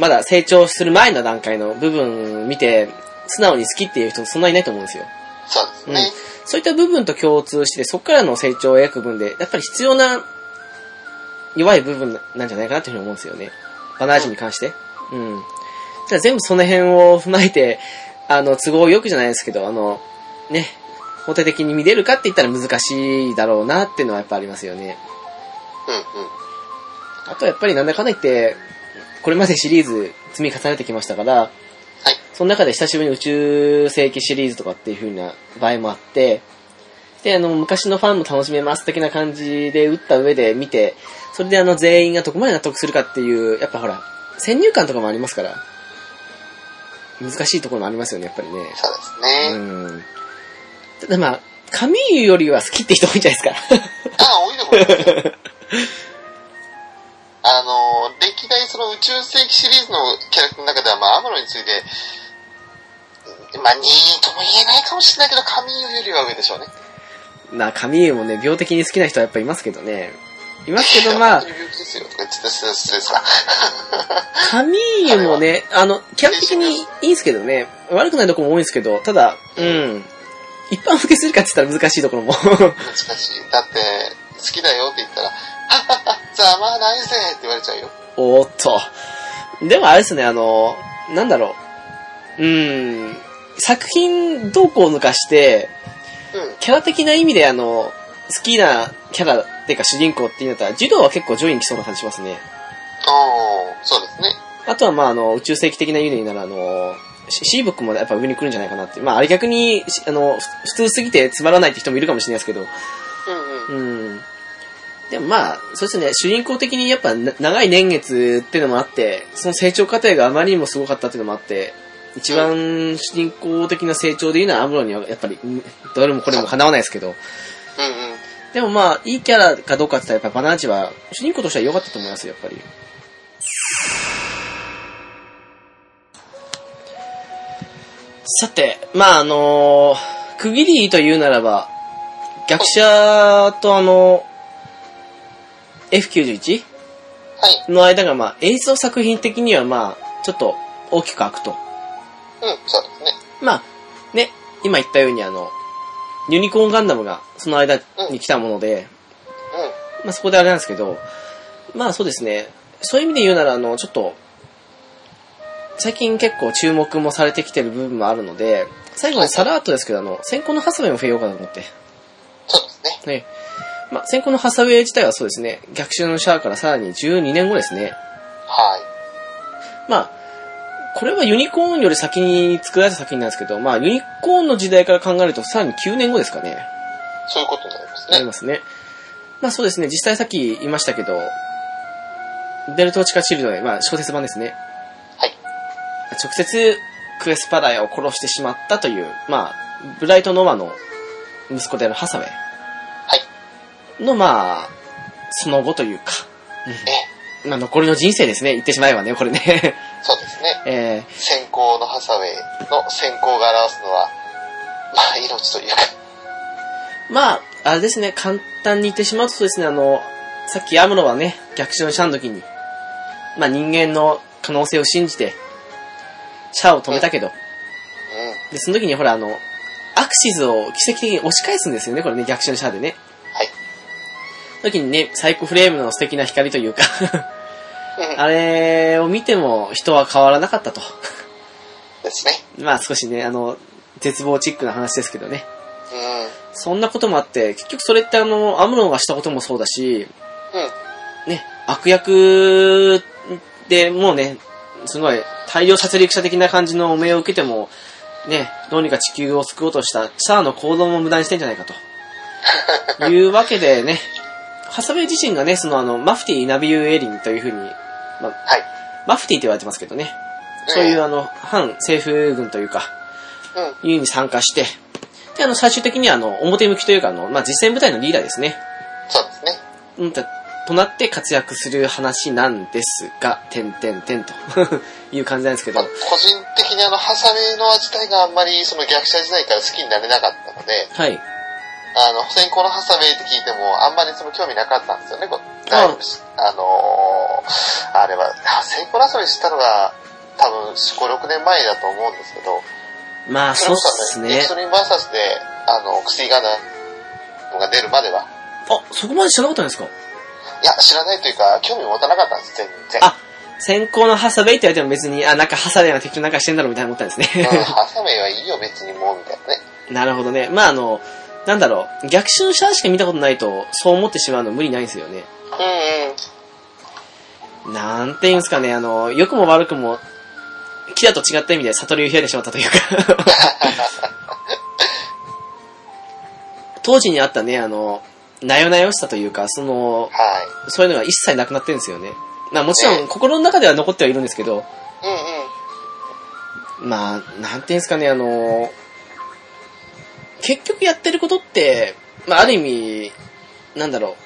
Speaker 1: まだ成長する前の段階の部分見て、素直に好きっていう人そんなにいないと思うんですよ。
Speaker 2: そうです
Speaker 1: うん
Speaker 2: ね。
Speaker 1: そういった部分と共通して、そこからの成長を描く分で、やっぱり必要な弱い部分なんじゃないかなというふうに思うんですよね。バナージに関して。うん。じゃあ全部その辺を踏まえて、あの、都合よくじゃないですけど、あの、ね、法定的に見れるかって言ったら難しいだろうなっていうのはやっぱありますよね。
Speaker 2: うんうん。
Speaker 1: あとやっぱりなんだかんだ言って、これまでシリーズ積み重ねてきましたから、
Speaker 2: はい。
Speaker 1: その中で久しぶりに宇宙世紀シリーズとかっていう風な場合もあって、で、あの、昔のファンも楽しめます的な感じで打った上で見て、それであの、全員がどこまで納得するかっていう、やっぱほら、先入観とかもありますから、難しいところもありますよね、やっぱりね。
Speaker 2: そうです
Speaker 1: う
Speaker 2: ね。
Speaker 1: ん。ただまあ、神よりは好きって人多いんじゃないですか。
Speaker 2: ああ、多いところですよ。 あの、歴代その宇宙世紀シリーズのキャラクターの中では、まあ、アムロについて、まあ、2位とも言えないかもしれないけど、神よりは上でしょうね。
Speaker 1: なあ、神湯もね、病的に好きな人はやっぱいますけどね。いますけど、まあ
Speaker 2: いや本当、に病気ですよとか言ってた失礼ですが。
Speaker 1: 神湯もね、あの、基本的にいいんですけどね、悪くないところも多いんですけど、ただ、うん。一般受けするかって言ったら難しいところも。
Speaker 2: 難しい。だって、好きだよって言ったら、ははは、ざまあないぜって言われちゃうよ。
Speaker 1: おーっと。でもあれですね、あの、なんだろう。うん。作品どうこう抜かして、
Speaker 2: うん。
Speaker 1: キャラ的な意味であの、好きなキャラっていうか主人公っていうんだったら、児童は結構上位に来そうな感じしますね。
Speaker 2: おー、そうですね。
Speaker 1: あとは、まあ、あの、宇宙世紀的な意味なら、あの、シシーブックもやっぱ上に来るんじゃないかなって。まあ、あれ逆に、しあの、ふ普通すぎてつまらないって人もいるかもしれないですけど。
Speaker 2: うんうん。
Speaker 1: うん。でもまあ、そうですね、主人公的にやっぱな長い年月っていうのもあって、その成長過程があまりにもすごかったっていうのもあって、一番主人公的な成長でいうのはアムロにはやっぱり、うんどれもこれも叶わないですけど。
Speaker 2: うんうん。
Speaker 1: でもまあ、いいキャラかどうかって言ったらやっぱバナーチは、主人公としては良かったと思いますよ、やっぱり。さて、まああのー区切りというならば、逆者とあの F91
Speaker 2: はい。
Speaker 1: の間がまあ、映像作品的にはまあ、ちょっと大きく開くと。
Speaker 2: うん、そうですね。
Speaker 1: まあ、ね、今言ったようにあの、ユニコーンガンダムがその間に来たもので、
Speaker 2: うん。
Speaker 1: まあ、そこであれなんですけど、まあそうですね、そういう意味で言うなら、あの、ちょっと、最近結構注目もされてきてる部分もあるので、最後にさらっとですけど、あの、先行のハサウェイも増えようかなと思って。
Speaker 2: そうですね。
Speaker 1: ね。まあ、先行のハサウェイ自体はそうですね、逆襲のシャアからさらに12年後ですね。
Speaker 2: はい。
Speaker 1: まあ、これはユニコーンより先に作られた作品なんですけど、まあ、ユニコーンの時代から考えるとさらに9年後ですかね。
Speaker 2: そういうことになります
Speaker 1: あり
Speaker 2: ね。
Speaker 1: ますね。まあそうですね、実際さっき言いましたけど、ベルト・チカ・チルドレン、まあ小説版ですね。
Speaker 2: はい。
Speaker 1: 直接、クエスパダイを殺してしまったという、まあ、ブライト・ノアの息子であるハサウェ
Speaker 2: はい。
Speaker 1: イの、まあ、その後というか、
Speaker 2: え
Speaker 1: まあ残りの人生ですね、言ってしまえばね、これね。
Speaker 2: え、そうですね。
Speaker 1: え
Speaker 2: 先行のハサウェイの先行が表すのは、まあ、命というか。
Speaker 1: ーまあ、あれですね、簡単に言ってしまうとそうですね、あの、さっきアムロはね、逆襲のシャアの時に、まあ人間の可能性を信じて、シャアを止めたけど、
Speaker 2: うん。
Speaker 1: で、その時にほら、あの、アクシズを奇跡的に押し返すんですよね、これね、逆襲のシャアでね。
Speaker 2: はい。
Speaker 1: その時にね、サイコフレームの素敵な光というか、
Speaker 2: うん。
Speaker 1: あれを見ても人は変わらなかったと。
Speaker 2: ですね。
Speaker 1: まあ少しね、あの、絶望チックな話ですけどね。
Speaker 2: うん。
Speaker 1: そんなこともあって、結局それってあの、アムロンがしたこともそうだし、
Speaker 2: うん。
Speaker 1: ね、悪役でもうね、すごい大量殺戮者的な感じの汚名を受けても、ね、どうにか地球を救おうとしたシャアの行動も無駄にしてんじゃないかと。いうわけでね、ハサウェイ自身がね、そのあの、マフティー・ナビユー・エリンというふうに、まあ、
Speaker 2: はい。
Speaker 1: マフティーって言われてますけどね、そういう
Speaker 2: うん。
Speaker 1: あの、反政府軍というか、
Speaker 2: うん。
Speaker 1: いうに参加して、で、あの、最終的にはあの、表向きというかあの、まあ、実戦部隊のリーダーですね。
Speaker 2: そうですね。
Speaker 1: うんたとなって活躍する話なんですが、てんてんてんと いう感じなんですけ
Speaker 2: ま
Speaker 1: ど
Speaker 2: あ、、個人的にあの、ハサミの自体があんまりその逆者時代から好きになれなかったので、
Speaker 1: はい。
Speaker 2: あの、先行のハサミって聞いても、あんまりその興味なかったんですよね、こだいぶしあのーあれは、先行のハサミ知ったのが、多分4、5、6年前だと思うんですけど、
Speaker 1: まあ、そうっす
Speaker 2: エ
Speaker 1: ね
Speaker 2: クス。トリームバーサスで、あの、薬がな、が出るまでは、
Speaker 1: あ、そこまで知らなかったんですか
Speaker 2: いや、知らないというか、興味持たなかったんです、全然。
Speaker 1: あ、先行のハサベイって言われても別に、あ、なんかハサベイが適当なんかしてんだろうみたいな思ったんです
Speaker 2: うん、
Speaker 1: ね。
Speaker 2: ハサミはいいよ、別にもう、みたいなね。
Speaker 1: なるほどね。まあ、あの、なんだろう、逆襲者しか見たことないと、そう思ってしまうの無理ないんですよね。
Speaker 2: うんうん。
Speaker 1: なんていうんですかね、あの、良くも悪くも、キラと違った意味で悟りを開いてしまったというか。 当時にあったね、あの、なよなよしさというか、その、
Speaker 2: はい。
Speaker 1: そういうのが一切なくなってるんですよね。まあもちろん心の中では残ってはいるんですけど、
Speaker 2: うんうん。
Speaker 1: まあ、なんていうんですかね、あの、結局やってることって、まあある意味、なんだろ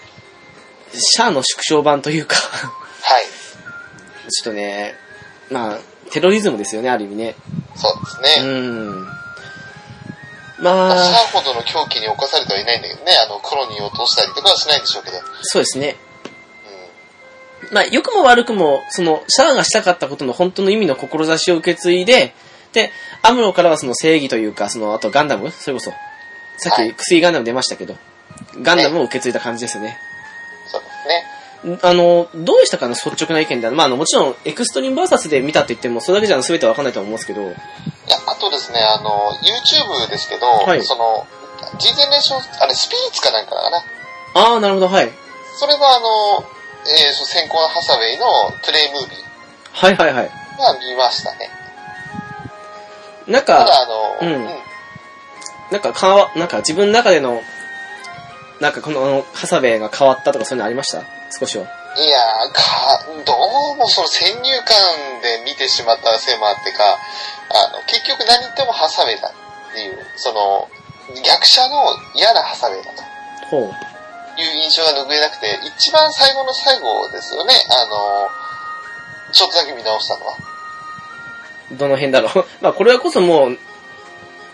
Speaker 1: う、シャアの縮小版というか、
Speaker 2: はい。
Speaker 1: ちょっとね、まあ、テロリズムですよね、ある意味ね。
Speaker 2: そうです
Speaker 1: う
Speaker 2: ね。
Speaker 1: ん。
Speaker 2: まあシ
Speaker 1: まあ、
Speaker 2: ャアほどの狂気に侵されてはいないんだけどね、あの、コロニーを落としたりとかはしないでしょうけど。うん。
Speaker 1: そうですね。まあ、良くも悪くも、その、シャアがしたかったことの本当の意味の志を受け継いで、で、アムロからはその正義というか、その、あとガンダムそれこそ。さっ
Speaker 2: は
Speaker 1: き、
Speaker 2: い
Speaker 1: 薬ガンダム出ましたけど、ガンダムを受け継いだ感じですよね。
Speaker 2: そうですね。
Speaker 1: んあの、どうでしたかね、率直な意見で。まあ、あの、もちろん、エクストリームバーサスで見たと言っても、それだけじゃ全てはわかんないと思うんですけど、
Speaker 2: いや、あとですね、あの、YouTube ですけど、
Speaker 1: はい
Speaker 2: その、G ゼネレーション、あれ、スピリッツかなんかかな。
Speaker 1: ああ、なるほど、はい。
Speaker 2: それがあの、えー、その先行のハサウェイのトゥレイムービー
Speaker 1: はいはいはい。
Speaker 2: が見ましたね。
Speaker 1: なん
Speaker 2: た
Speaker 1: か、
Speaker 2: だあの、
Speaker 1: うん
Speaker 2: うん
Speaker 1: なんか変わ、なんか自分の中での、なんかこの、あのハサベが変わったとかそういうのありました少しは。
Speaker 2: いやーか、どうもその先入観で見てしまったせいもあってか、あの、結局何言ってもハサウェイだっていう、その、逆者の嫌なハサウェイだと
Speaker 1: ほう。
Speaker 2: いう印象が拭えなくて、一番最後の最後ですよね、あの、ちょっとだけ見直したのは。
Speaker 1: どの辺だろう。 まあこれはこそもう、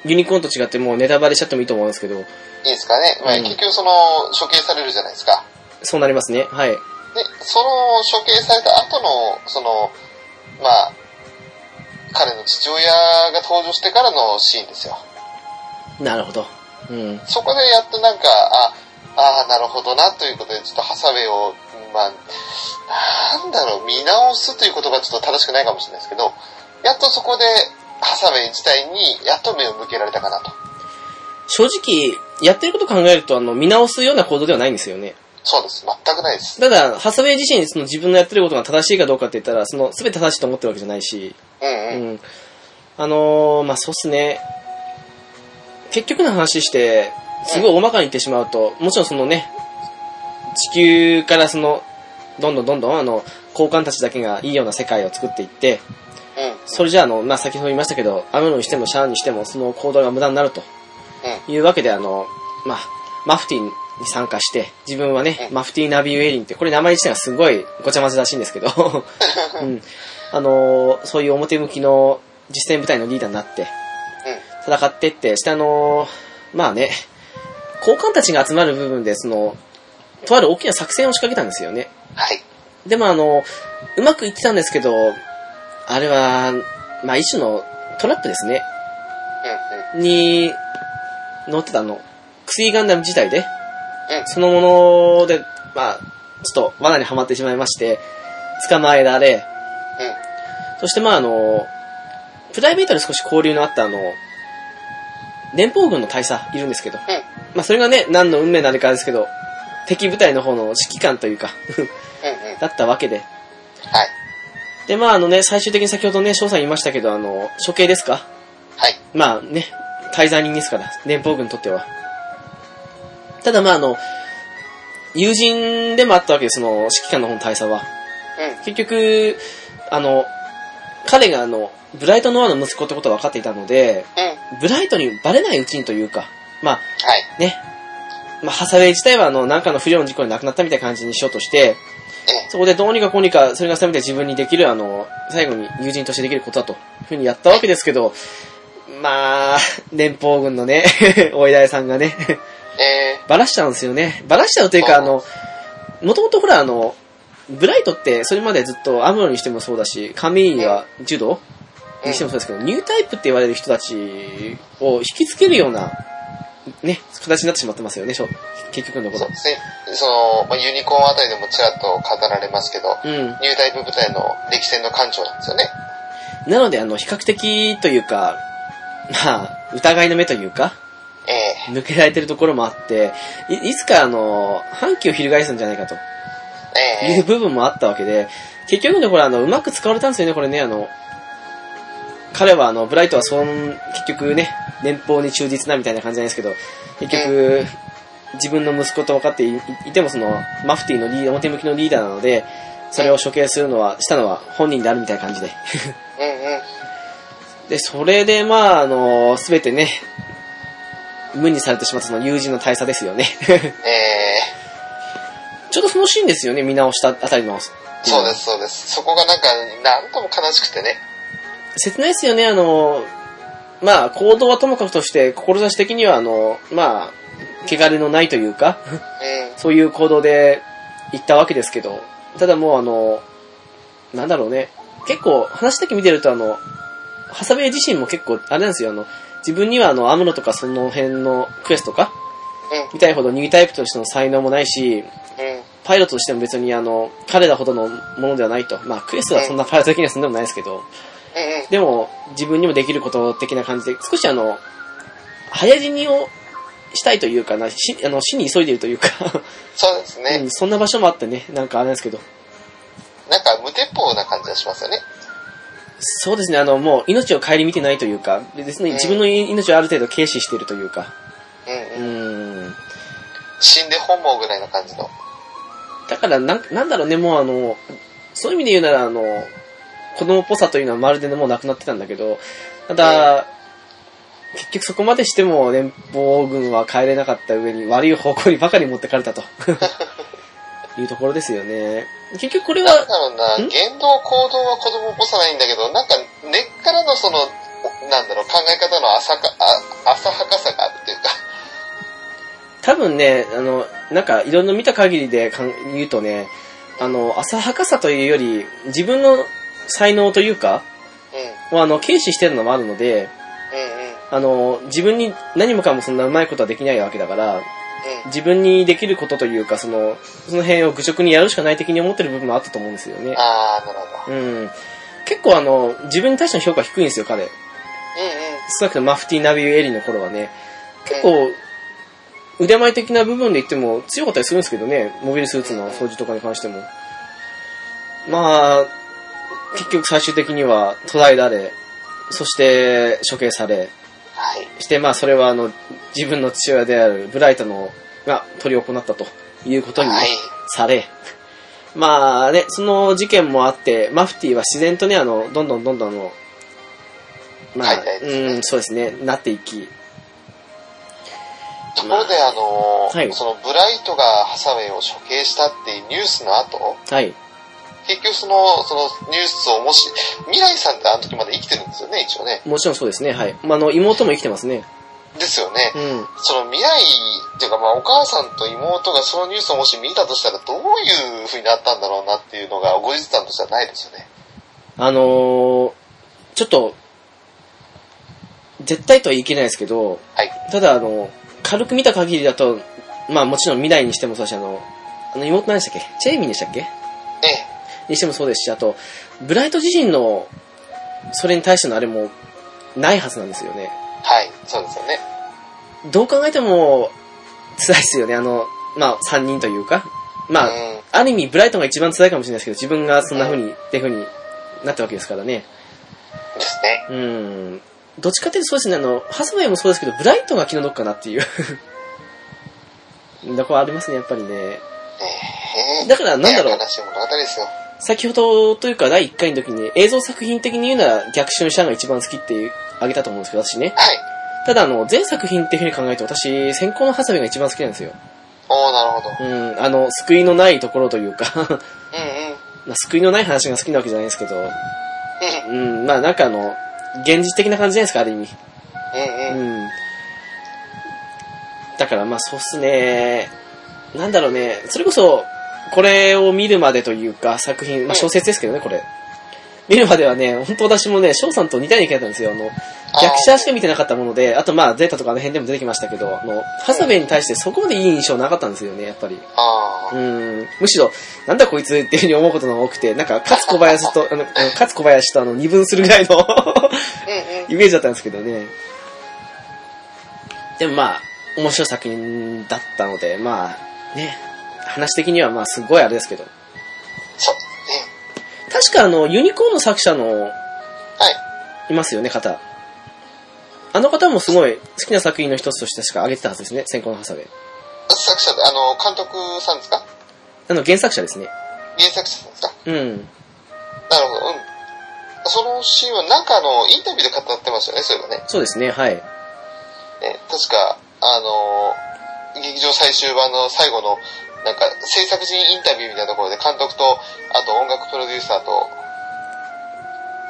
Speaker 1: ユニコーンと違ってもうネタバレしちゃってもいいと思うんですけど、
Speaker 2: いいですかね。まあ
Speaker 1: うん
Speaker 2: 結局その、処刑されるじゃないですか。
Speaker 1: そうなりますね。はい。
Speaker 2: で、その処刑された後の、その、まあ、彼の父親が登場してからのシーンですよ。
Speaker 1: なるほど。うん。
Speaker 2: そこでやっとなんか、あ、ああ、なるほどな、ということで、ちょっとハサウェイを、まあ、なんだろう、見直すということがちょっと正しくないかもしれないですけど、やっとそこで、ハサウェイ自体に、やっと目を向けられたかなと。
Speaker 1: 正直、やってること考えると、あの、見直すような行動ではないんですよね。
Speaker 2: そうです。全くないです。
Speaker 1: ただ、ハサベ自身、その自分のやってることが正しいかどうかって言ったら、その、すべて正しいと思ってるわけじゃないし、
Speaker 2: うん
Speaker 1: う
Speaker 2: うん。
Speaker 1: ん。あのー、まあ、そうっすね。結局の話して、すごい大まかに言ってしまうと、もちろんそのね、地球からその、どんどんどんどんあの、交換たちだけがいいような世界を作っていって、
Speaker 2: うん。
Speaker 1: それじゃああの、まあ、先ほど言いましたけど、アムロにしてもシャアにしても、その行動が無駄になるというわけで、あの、まあ、マフティーに参加して、自分はね、
Speaker 2: うん
Speaker 1: マフティーナビウェリンって、これ名前自体がすごいごちゃ混ぜらしいんですけ ど、うん、あのーそういう表向きの実践部隊のリーダーになって、
Speaker 2: うん。
Speaker 1: 戦ってって、下の、まあね、高官たちが集まる部分で、その、とある大きな作戦を仕掛けたんですよね。
Speaker 2: はい。
Speaker 1: でもあの、うまくいってたんですけど、あれは、まあ一種のトラップですね。に、乗ってたあの、薬ガンダム自体で、
Speaker 2: うん。うん。
Speaker 1: そのもので、まあ、ちょっと罠にはまってしまいまして、捕まえられ、
Speaker 2: うん。
Speaker 1: そしてまああの、プライベートで少し交流のあったあの、連邦軍の大佐いるんですけど、
Speaker 2: うん。
Speaker 1: まあそれがね、何の運命なのかですけど、敵部隊の方の指揮官というか、
Speaker 2: うん。うん。
Speaker 1: だったわけで。
Speaker 2: はい。
Speaker 1: で、まああのね、最終的に先ほどね、翔さん言いましたけど、あの、処刑ですか
Speaker 2: はい。
Speaker 1: まあね、滞在人ですから、連邦軍にとっては。ただまああの、友人でもあったわけです、その指揮官の方の大佐は。
Speaker 2: うん。
Speaker 1: 結局、あの、彼があの、ブライト・ノアの息子ってことは分かっていたので、
Speaker 2: うん。
Speaker 1: ブライトにバレないうちにというか、まあ
Speaker 2: はい。
Speaker 1: ね、まあ、ハサウェイ自体は、あの、なんかの不良の事故で亡くなったみたいな感じにしようとして、
Speaker 2: ええ
Speaker 1: そこでどうにかこうにか、それがせめて自分にできる、あの、最後に友人としてできることだと、いうふうにやったわけですけど、まあ、連邦軍のね、 お偉いさんがね、
Speaker 2: え
Speaker 1: バラしちゃうんですよね。バラしちゃうというか、
Speaker 2: あ
Speaker 1: あの、もともとほら、あの、ブライトって、それまでずっとアムロにしてもそうだし、カミーニは柔道
Speaker 2: え
Speaker 1: にしてもそうですけど、ニュータイプって言われる人たちを引きつけるような、ね、形になってしまってますよね、しょ結局のとこ
Speaker 2: そう
Speaker 1: ろ
Speaker 2: で。すね。その、まあ、ユニコーンあたりでもちらっと語られますけど、
Speaker 1: うん。
Speaker 2: ニュータイプ部隊の歴戦の艦長なんですよね。
Speaker 1: なので、あの、比較的というか、まあ、疑いの目というか、
Speaker 2: ええ
Speaker 1: 抜けられてるところもあって、いいつかあの、反旗を翻すんじゃないかと。
Speaker 2: え
Speaker 1: いう
Speaker 2: え
Speaker 1: 部分もあったわけで、結局のところあの、うまく使われたんですよね、これね、あの、彼はあの、ブライトはそん、結局ね、年俸に忠実なみたいな感じなんですけど、結局、自分の息子と分かっていいいてもその、マフティーのリーダー、表向きのリーダーなので、それを処刑するのは、したのは本人であるみたいな感じで。
Speaker 2: うんうん。
Speaker 1: で、それでまあ、あの、すべてね、無にされてしまったその友人の大差ですよね。
Speaker 2: ええ
Speaker 1: ちょっとそのシーンですよね、見直したあたりの。
Speaker 2: そうです、そうです。そこがなんか、なんとも悲しくてね。
Speaker 1: 切ないですよね、あの、まあ、行動はともかくとして、志的には、あの、まあ、汚れのないというか、
Speaker 2: うん。
Speaker 1: そういう行動で行ったわけですけど、ただもうあの、なんだろうね、結構話だけ見てるとあの、ハサベイ自身も結構、あれなんですよ、あの、自分にはあの、アムロとかその辺のクエストか、
Speaker 2: うん
Speaker 1: みたいほどニュータイプとしての才能もないし、
Speaker 2: うん。
Speaker 1: パイロットとしても別にあの、彼らほどのものではないと。まあ、クエストはそんなパイロット的にはそんでもないですけど、
Speaker 2: うんうん。
Speaker 1: でも、自分にもできること的な感じで、少しあの、早死にをしたいというかな、しあの死に急いでいるというか、
Speaker 2: そうですね。
Speaker 1: うんそんな場所もあってね、なんかあれなんですけど、
Speaker 2: なんか無鉄砲な感じがしますよね。
Speaker 1: そうですね、あの、もう命を顧みてないというか、別に自分の命をある程度軽視しているというか、
Speaker 2: うん
Speaker 1: う
Speaker 2: うん。
Speaker 1: ん。
Speaker 2: 死んで本望ぐらいの感じの。
Speaker 1: だからなん、なんだろうね、もうあの、そういう意味で言うなら、あの、子供っぽさというのはまるでもうなくなってたんだけど、ただ、結局そこまでしても連邦軍は帰れなかった上に悪い方向にばかり持ってかれたと。いうところですよね。結局これ
Speaker 2: なん
Speaker 1: は、
Speaker 2: だろうな、
Speaker 1: ん
Speaker 2: 言動行動は子供っぽさないんだけど、なんか根っからのその、おなんだろう、考え方の浅か、あ浅はかさがあるっていうか。
Speaker 1: 多分ね、あの、なんかいろんな見た限りでかん言うとね、あの、浅はかさというより、自分の才能というか、をあの、軽視してるのもあるので、
Speaker 2: うん。うんうん。うん。
Speaker 1: あの、自分に何もかもそんなうまいことはできないわけだから、自分にできることというか、その、その辺を愚直にやるしかない的に思ってる部分もあったと思うんですよね。
Speaker 2: あー、なるほど。
Speaker 1: うん。結構あの、自分に対しての評価低いんですよ、彼。
Speaker 2: うんうん。
Speaker 1: 少なくともマフティーナビューエリの頃はね。結
Speaker 2: うん
Speaker 1: 構、腕前的な部分で言っても強かったりするんですけどね。モビルスーツの掃除とかに関しても。まあ、結局最終的には途絶えられ、そして処刑され、
Speaker 2: はい。
Speaker 1: して、まあ、それは、あの、自分の父親であるブライトの、が、執り行ったということに
Speaker 2: はい。
Speaker 1: され、まあね、その事件もあって、マフティーは自然とね、あの、どんどんどんどんあの、まあ、
Speaker 2: 解体ですね
Speaker 1: うん、そうですね、なっていき、
Speaker 2: ところで、あのー
Speaker 1: はい
Speaker 2: そのブライトがハサウェイを処刑したっていうニュースの後、
Speaker 1: はい。
Speaker 2: 結局その、そのニュースをもし、未来さんってあの時まで生きてるんですよね、一応ね。
Speaker 1: もちろんそうですね、はい。まあ、あの、妹も生きてますね。
Speaker 2: ですよね
Speaker 1: う。ん。
Speaker 2: その未来っていうかまあお母さんと妹がそのニュースをもし見たとしたらどういう風になったんだろうなっていうのが後日談としてはないですよね。
Speaker 1: あのーちょっと、絶対とは言い切れないですけど、
Speaker 2: はい。
Speaker 1: ただあの、軽く見た限りだと、まあもちろん未来にしてもそうだし、あの、あの妹何でしたっけチェイミーでしたっけ
Speaker 2: え
Speaker 1: にしてもそうですし、あと、ブライト自身の、それに対してのあれも、ないはずなんですよね。
Speaker 2: え。はい。そうですよね。
Speaker 1: どう考えても、辛いですよね、あの、まあ3人というか。まあ、
Speaker 2: うん。
Speaker 1: ある意味ブライトが一番辛いかもしれないですけど、自分がそんな風に、っていう風になったわけですからね。
Speaker 2: ですね。
Speaker 1: うん。どっちかっていうとそうですね、あの、ハサウェイもそうですけど、ブライトが気の毒かなっていう。 だからありますね、やっぱりね。
Speaker 2: ええ。
Speaker 1: だからなんだろう
Speaker 2: ね悲しい物語ですよ。
Speaker 1: 先ほどというか第1回の時に映像作品的に言うなら逆襲者が一番好きってあげたと思うんですけど、私ね。
Speaker 2: はい。
Speaker 1: ただあの、全作品っていうふうに考えると私、先行のハサウェイが一番好きなんですよ。
Speaker 2: おー、なるほど。
Speaker 1: うん、あの、救いのないところというか、
Speaker 2: うんうん。
Speaker 1: まあ救いのない話が好きなわけじゃないんですけど、うん、まあなんかあの、現実的な感じじゃないですか、ある意味。
Speaker 2: うんうん。
Speaker 1: うん。だからまあそうっすね。なんだろうね。それこそ、これを見るまでというか、作品、まあ小説ですけどね、これ。見るまではね、本当私もね、翔さんと似たような意見だったんですよ。あの、逆者しか見てなかったもので、あとまあゼータとかあの辺でも出てきましたけど、あの、ハサベに対してそこまでいい印象なかったんですよね、やっぱり。
Speaker 2: あ
Speaker 1: う
Speaker 2: ー
Speaker 1: ん。むしろ、なんだこいつっていうふうに思うことが多くて、なんか、勝小林と、あの、勝小林とあの、二分するぐらいの
Speaker 2: うんうん。
Speaker 1: イメージだったんですけどね。でもまあ、面白い作品だったので、まあ、ね、話的にはまあすごいあれですけど。
Speaker 2: そう。
Speaker 1: 確かあの、ユニコーンの作者の、
Speaker 2: は
Speaker 1: い
Speaker 2: い。
Speaker 1: ますよね、方。あの方もすごい好きな作品の一つとしてしか挙げてたはずですね、先行のハサウェイ。
Speaker 2: 作者で、あの、監督さんですか
Speaker 1: あの、原作者ですね。
Speaker 2: 原作者さんですか
Speaker 1: うん。
Speaker 2: なるほど。うん。そのシーンはなんかあの、インタビューで語ってましたよね、そういえばね。
Speaker 1: そうですね、はい。
Speaker 2: ね確か、あのー劇場最終版の最後の、なんか、制作人インタビューみたいなところで監督と、あと音楽プロデューサーと、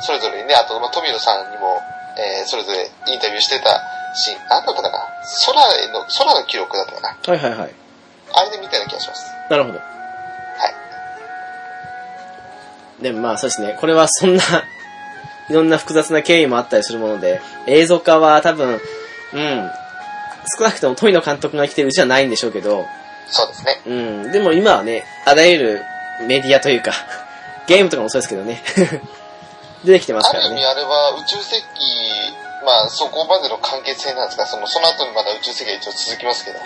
Speaker 2: それぞれにね、あと、まあ、富野さんにも、えーそれぞれインタビューしてたシーン、なんだったかな空への、空の記録だったかな
Speaker 1: はいはいはい。
Speaker 2: あれで見たような気がします。
Speaker 1: なるほど。
Speaker 2: はい。
Speaker 1: でもまあそうですね、これはそんな、 いろんな複雑な経緯もあったりするもので、映像化は多分、うん、少なくとも富野監督が来てるうちはないんでしょうけど、
Speaker 2: そうですね。
Speaker 1: うん、でも今はね、あらゆるメディアというか、 ゲームとかもそうですけどね、 出てきてます
Speaker 2: あ
Speaker 1: か
Speaker 2: る
Speaker 1: ら
Speaker 2: 意
Speaker 1: ね
Speaker 2: 味。あれは宇宙世紀、まあそこまでの完結編なんですかそのその後にまだ宇宙世紀は一応続きますけど。は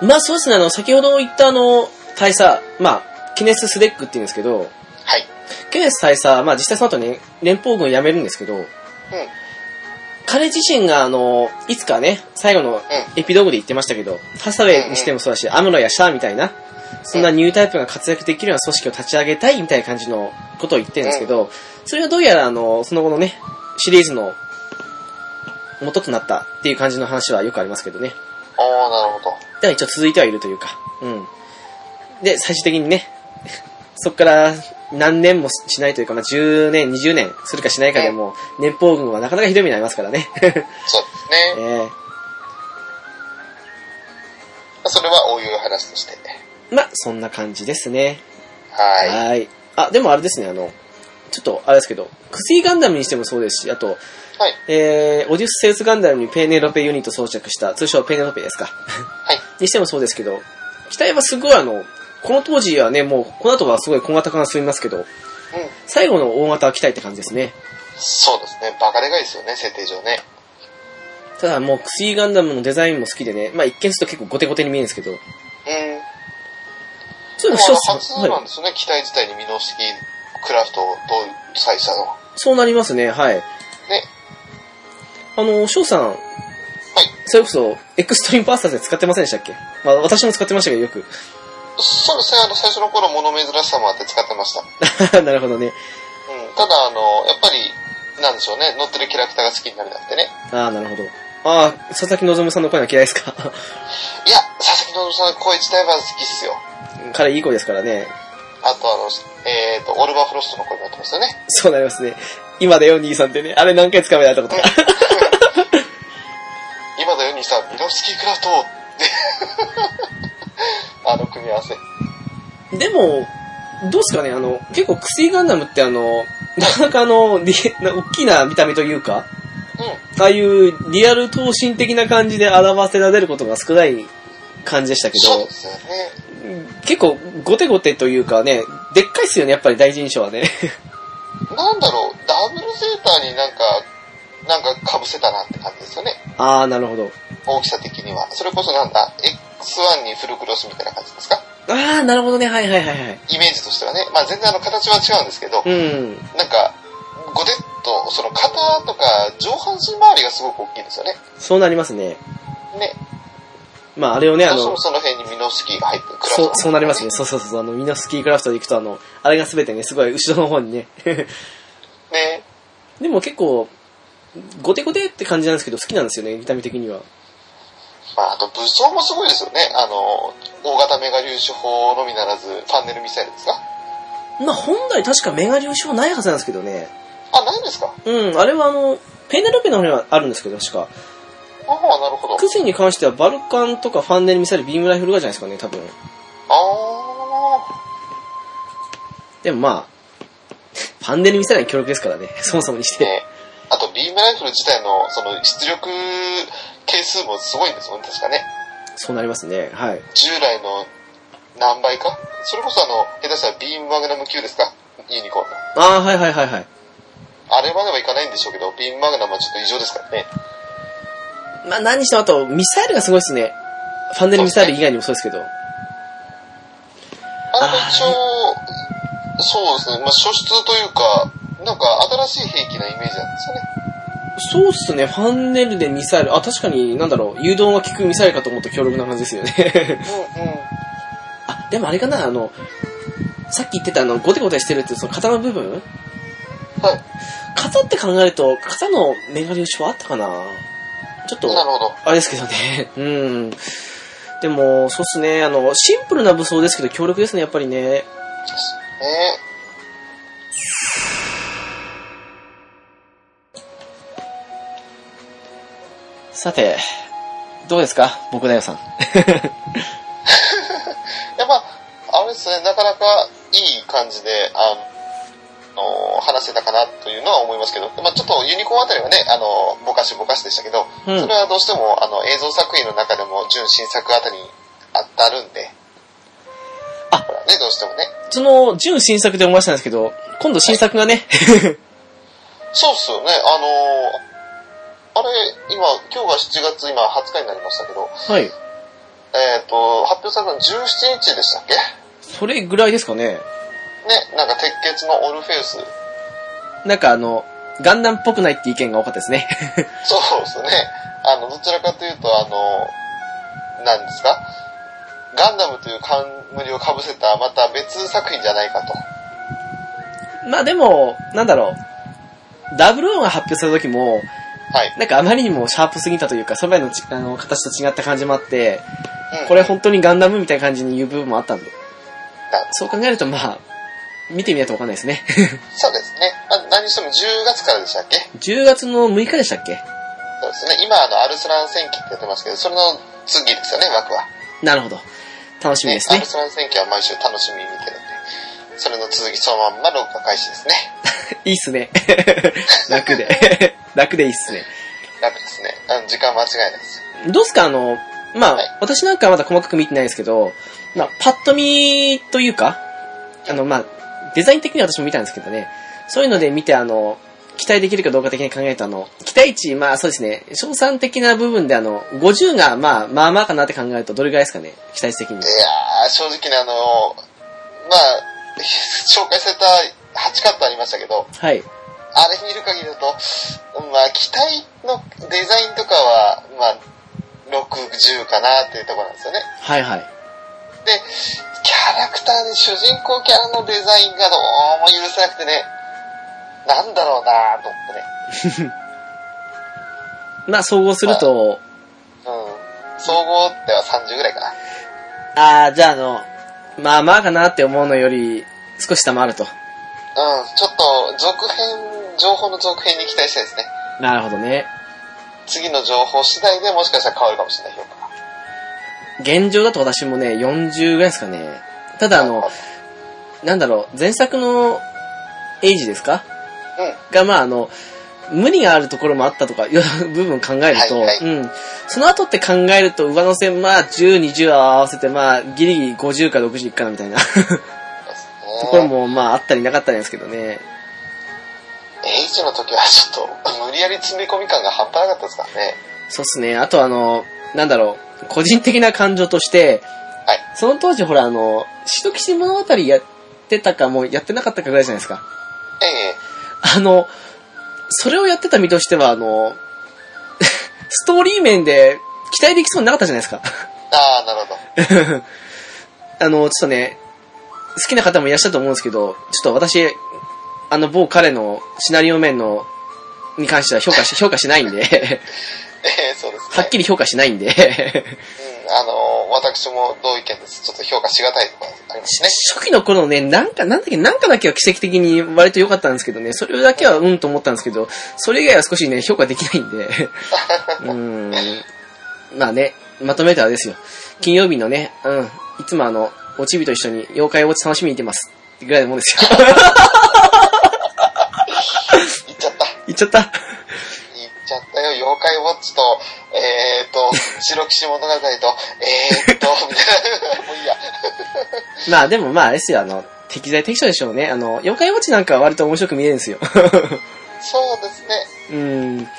Speaker 1: まあそうですね、あの、先ほど言ったあの、大佐、まあ、ケネス・スレックって言うんですけど、
Speaker 2: い。
Speaker 1: ケネス大佐、まあ実際その後ね、連邦軍を辞めるんですけど、
Speaker 2: うん。
Speaker 1: 彼自身があの、いつかね、最後のエピローグで言ってましたけど、ハサウェイにしてもそうだし、アムロやシャアみたいな、そんなニュータイプが活躍できるような組織を立ち上げたいみたいな感じのことを言ってるんですけど、それがどうやらあの、その後のね、シリーズの元となったっていう感じの話はよくありますけどね。
Speaker 2: おー、なるほど。
Speaker 1: だから一応続いてはいるというか、うん。で、最終的にね、 そっから何年もしないというか、まあ、10年、20年するかしないかでも、年俸軍はなかなかひどい目になりますからね。
Speaker 2: そうですね。
Speaker 1: えー
Speaker 2: それはおいおい話として。
Speaker 1: まあ、そんな感じですね。
Speaker 2: はい。はい。
Speaker 1: はーい。あ、でもあれですね、あの、ちょっと、あれですけど、クスイガンダムにしてもそうですし、あと、えー、オデュスセウスガンダムにペーネロペユニット装着した、通称ペーネロペですか。
Speaker 2: はい。
Speaker 1: にしてもそうですけど、機体はすごいあの、この当時はね、もう、この後はすごい小型化が進みますけど、
Speaker 2: うん。
Speaker 1: 最後の大型は機体って感じですね。
Speaker 2: そうですね。バカでかいですよね、設定上ね。
Speaker 1: ただもう、クスイガンダムのデザインも好きでね、まあ一見すると結構ゴテゴテに見えるんですけど、
Speaker 2: うん。
Speaker 1: そういう
Speaker 2: でも
Speaker 1: の不
Speaker 2: あ
Speaker 1: 祥
Speaker 2: の
Speaker 1: 事
Speaker 2: 初な
Speaker 1: は
Speaker 2: ん
Speaker 1: い、
Speaker 2: ですよね、機体自体に未納式クラフトを採したの。
Speaker 1: そうなりますね、はい。
Speaker 2: ね。
Speaker 1: あの、翔さん、
Speaker 2: はい。
Speaker 1: それこそ、エクストリームパーサーで使ってませんでしたっけまあ、私も使ってましたけど、よく。
Speaker 2: そうですね、あの、最初の頃物珍しさもあって使ってました。
Speaker 1: なるほどね。
Speaker 2: うん、ただあの、やっぱり、なんでしょうね、乗ってるキャラクターが好きになるなんてね。
Speaker 1: ああ、なるほど。ああ、佐々木希さんの声が嫌いですか
Speaker 2: いや、佐々木希さんの声自体は好きっすよ。
Speaker 1: 彼いい子ですからね。
Speaker 2: あとあの、えっ、と、オルバフロストの声もやってましたね。
Speaker 1: そうなりますね。今だよ、兄さんってね。あれ何回使われたことか。
Speaker 2: 今だよにさん、ミノフスキークラフトをって あの組み合わせ。
Speaker 1: でも、どうすかね、あの、結構、クスイガンダムってあの、なかなかあの、リ な大きな見た目というか、
Speaker 2: う
Speaker 1: ああいうリアル闘身的な感じで表せられることが少ない感じでしたけ
Speaker 2: ん、そう
Speaker 1: ど
Speaker 2: で、すよね。
Speaker 1: 結構、ゴテゴテというかね、でっかいっすよね、やっぱり第一印象はね。
Speaker 2: なんだろう、ダブルゼータになんか、なんか被せたなって感じですよね。
Speaker 1: ああ、なるほど。
Speaker 2: 大きさ的には。それこそなんだ、X1 にフルクロスみたいな感じですか
Speaker 1: ああ、なるほどね。はいはいはいはい。
Speaker 2: イメージとしてはね。まあ全然あの形は違うんですけど、
Speaker 1: うん。
Speaker 2: なんか、ごてっと、その肩とか上半身周りがすごく大きいんですよね。
Speaker 1: そうなりますね。
Speaker 2: ね。
Speaker 1: まあ、あれをね、あ
Speaker 2: どうして
Speaker 1: の
Speaker 2: も、その辺にミノフスキーが入ってくる。
Speaker 1: そう、そうなりますね。そうそうそう。あの、ミノスキークラフトで行くと、あの、あれが全てね、すごい後ろの方にね。
Speaker 2: ね。
Speaker 1: でも結構、ゴテゴテって感じなんですけど、好きなんですよね、見た目的には。
Speaker 2: まああと武装もすごいですよね。あの、大型はメガ粒子砲のみならず、パンネルミサイルですか
Speaker 1: な、本来確かメガ粒子砲ないはずなんですけどね。
Speaker 2: あ、ないんですか
Speaker 1: うん、あれはあの、ペネロペの方にはあるんですけど、確か。
Speaker 2: ああ、なるほど。
Speaker 1: クセに関してはバルカンとかファンネルミサイル、ビームライフルがじゃないですかね、多分。
Speaker 2: あ
Speaker 1: でもまあ、ファンネルミサイルの強力ですからね、 そもそもにし
Speaker 2: ー。
Speaker 1: て。
Speaker 2: ね。あと、ビームライフル自体の、その、出力係数もすごいんですよね、確かね。
Speaker 1: そうなりますね、はい。
Speaker 2: 従来の何倍かそれこそあの、下手したらビームマグナム級ですかユニコーンの。
Speaker 1: ああ、はいはいはいはい。
Speaker 2: あれまではいかないんでしょうけど、ビームマグナムはちょっと異常ですからね。
Speaker 1: まあ何にしてもあと、ミサイルがすごいですね。ファンネルミサイル以外にもそうですけど。
Speaker 2: あれも一応、そうですね、まあ、初出というか、なんか新しい兵器なイメージなんですよね。
Speaker 1: そうっすね、ファンネルでミサイル。あ、確かに、なんだろう、誘導が効くミサイルかと思うと強力な感じですよね。
Speaker 2: うんうん。
Speaker 1: あ、でもあれかな、あの、さっき言ってたあの、ゴテゴテしてるっていうその型の部分
Speaker 2: はい。
Speaker 1: 型って考えると、型のメガ粒子はあったかなちょっと、
Speaker 2: なるほど。
Speaker 1: あれですけどね。 うん。でも、そうっすね、あの、シンプルな武装ですけど強力ですね、やっぱりね。
Speaker 2: ね
Speaker 1: さて、どうですか僕だよさん。
Speaker 2: いやっぱ、あれですね、なかなかいい感じで、あの、話せたかなというのは思いますけど、まあちょっとユニコーンあたりはね、あの、ぼかしぼかしでしたけど、
Speaker 1: うん
Speaker 2: それはどうしても、あの、映像作品の中でも、純新作あたりに当たるんで、
Speaker 1: あ
Speaker 2: ほらね、どうしてもね。
Speaker 1: その、純新作で思い出したんですけど、今度新作がね、
Speaker 2: そうっすよね、あの、あれ、今、今日が7月、今20日になりましたけど、
Speaker 1: はい。
Speaker 2: えっ、と、発表されたの17日でしたっけ
Speaker 1: それぐらいですかね。
Speaker 2: ね、なんか鉄血のオルフェウス。
Speaker 1: なんかあの、ガンダムっぽくないって意見が多かったですね。
Speaker 2: そうですね。あの、どちらかというと、あの、何ですかガンダムという冠をかぶせた、また別作品じゃないかと。
Speaker 1: まあでも、なんだろう。00が発表された時も、
Speaker 2: はい。
Speaker 1: なんかあまりにもシャープすぎたというか、それまでのちあの形と違った感じもあって、
Speaker 2: うん
Speaker 1: これ本当にガンダムみたいな感じに言う部分もあったんで。
Speaker 2: だ
Speaker 1: そう考えるとまあ、見てみないとわかんないですね。
Speaker 2: そうですね。まあ、何にしても10月からでしたっけ
Speaker 1: 10月の6日でしたっけ
Speaker 2: そうですね。今、あの、アルスラン戦記ってやってますけど、それの次ですよね、枠は。
Speaker 1: なるほど。楽しみです
Speaker 2: ア
Speaker 1: ね
Speaker 2: ル。スラン戦記は毎週楽しみに見てるんで、それの続きそのまんま録画開始ですね。
Speaker 1: いいっすね。楽で。 楽でいいっすね。
Speaker 2: 楽ですね。うん、時間間違いないです。
Speaker 1: どうっすかあの、まあ、
Speaker 2: はい
Speaker 1: 私なんかはまだ細かく見てないですけど、まあ、パッと見というか、あの、まあ、デザイン的には私も見たんですけどね、そういうので見て、あの、期待できるかどうか的に考えると、あの、期待値、まあそうですね、賞賛的な部分で、あの、50が、まあ、まあまあかなって考えると、どれぐらいですかね、期待値的に
Speaker 2: い。やー、正直ね、あの、まあ、紹介された8カットありましたけど、
Speaker 1: はい。
Speaker 2: あれ見る限りだと、まあ、機体のデザインとかは、まあ、60かなっていうところなんですよね。
Speaker 1: はいはい。
Speaker 2: で、キャラクターで主人公キャラのデザインがどうも許せなくてね、なんだろうなーと思ってね。
Speaker 1: まあ、総合すると、
Speaker 2: うん。総合では30ぐらいかな。
Speaker 1: あー、じゃああの、まあまあかなって思うのより、少し下回ると。
Speaker 2: うん、ちょっと、続編、情報の続編に期待したいですね。
Speaker 1: なるほどね。
Speaker 2: 次の情報次第でもしかしたら変わるかもしれない評価が。
Speaker 1: 現状だと私もね、40ぐらいですかね。ただあの、なんだろう、前作のエイジですか
Speaker 2: うん。
Speaker 1: が、まああの、無理があるところもあったとか いう部分考えると、
Speaker 2: はいはい
Speaker 1: うん。その後って考えると、上乗せ、まあ10、20合わせて、まあギリギリ50か60かなみたいな ところも、まああったりなかったりなんですけどね。
Speaker 2: エイジの時はちょっと無理やり詰め込み感が半端なかったですからね。
Speaker 1: そうっすね。あとあの、なんだろう、個人的な感情として、
Speaker 2: はい
Speaker 1: その当時ほらあの、シドキシ物語やってたかもやってなかったかぐらいじゃないですか。
Speaker 2: ええ
Speaker 1: あの、それをやってた身としては、あの、 ストーリー面で期待できそうになかったじゃないですか。
Speaker 2: ああ、なるほど。
Speaker 1: あの、ちょっとね、好きな方もいらっしゃると思うんですけど、ちょっと私、あの某彼のシナリオ面の、に関しては評価し、評価しないんで、
Speaker 2: ええそうですね。
Speaker 1: はっきり評価しないんで、
Speaker 2: うん、あの、私も同意見です。ちょっと評価しがたいところありますね。
Speaker 1: 初期の頃ね、なんか、なんだっけ、なんかだけは奇跡的に割と良かったんですけどね、それだけはうんと思ったんですけど、それ以外は少しね、評価できないんで。うーん。まあね、まとめたらですよ。金曜日のね、うん、いつもあの、おちびと一緒に妖怪ウォッチ楽しみに行ってます。ってぐらいのもんですよ。
Speaker 2: 言っちゃった。
Speaker 1: 言っちゃった。
Speaker 2: 言っちゃったよ。妖怪ウォッチと、え ーと、白騎士物語と、えーと、みたいな。もういいや。
Speaker 1: まあでもまああれですよ、あの、適材適所でしょうね。あの、妖怪ウォッチなんかは割と面白く見えるんですよ。
Speaker 2: そうですね。
Speaker 1: うーん。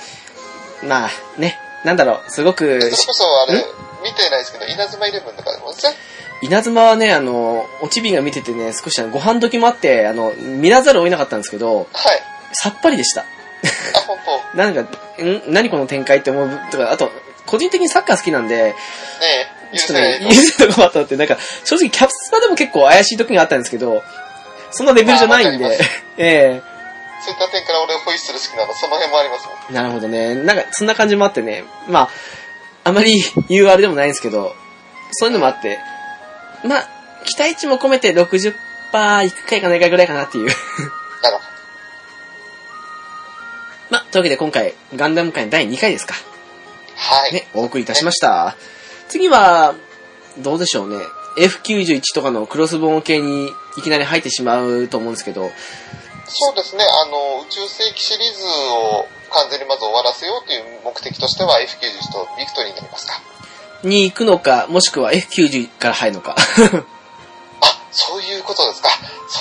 Speaker 1: まあ、ね、なんだろう、すごく、
Speaker 2: それこそ、あれ、見てないですけど、稲妻イレブンとかでもですね。
Speaker 1: 稲妻はね、あの、おちびが見ててね、少しあのご飯時もあって、あの、見なざるを得なかったんですけど、
Speaker 2: はい。
Speaker 1: さっぱりでした。
Speaker 2: あ、本当。
Speaker 1: なんか、ん何この展開って思うとか、あと、個人的にサッカー好きなんで、
Speaker 2: ねえ、許
Speaker 1: ち
Speaker 2: せ
Speaker 1: ょっと
Speaker 2: ない
Speaker 1: ね、言うとこもあったのって、なんか、正直キャプスパでも結構怪しい時があったんですけど、そんなレベルじゃないん
Speaker 2: まあわ
Speaker 1: で
Speaker 2: かりま、
Speaker 1: え
Speaker 2: そういった点から俺をホイッスル好きなの、その辺もありますもん。
Speaker 1: えなるほどね。なんか、そんな感じもあってね、まあ、あまり言うあれでもないんですけど、そういうのもあって、まあ、期待値も込めて60%いくかいかないかぐらいかなっていう。
Speaker 2: なるほ
Speaker 1: まあ、というわけで今回、ガンダム界第2回ですか。
Speaker 2: ど。はい。
Speaker 1: ね、お送りいたしました。次は、どうでしょうね。F91 とかのクロスボーン系にいきなり入ってしまうと思うんですけど、
Speaker 2: そうですね、あの、宇宙世紀シリーズを完全にまず終わらせようという目的としては F91 とビクトリーになりますか。
Speaker 1: に行くのか、もしくは F90 から入るのか。
Speaker 2: あ、そういうことですか。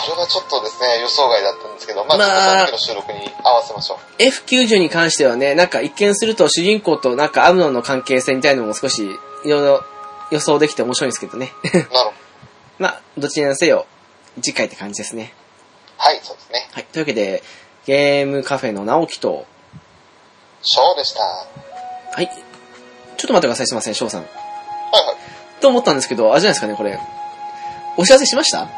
Speaker 2: それはちょっとですね、予想外だったんですけど、まあ、
Speaker 1: ま
Speaker 2: ち
Speaker 1: あ
Speaker 2: ょっとさっきの収録に合わせましょう。
Speaker 1: F90 に関してはね、なんか一見すると主人公となんかアムロの関係性みたいのも少し、いろいろ予想できて面白いんですけどね。
Speaker 2: なるほど。
Speaker 1: まあ、どちらにせよ、次回って感じですね。
Speaker 2: はい、そうですね。
Speaker 1: はい。というわけで、ゲームカフェの直樹と、
Speaker 2: ショーでした。は
Speaker 1: はい。ちょっと待ってください、すいません、翔さん。
Speaker 2: いは
Speaker 1: と思ったんですけど、あれじゃないですかね、これ。お知らせしました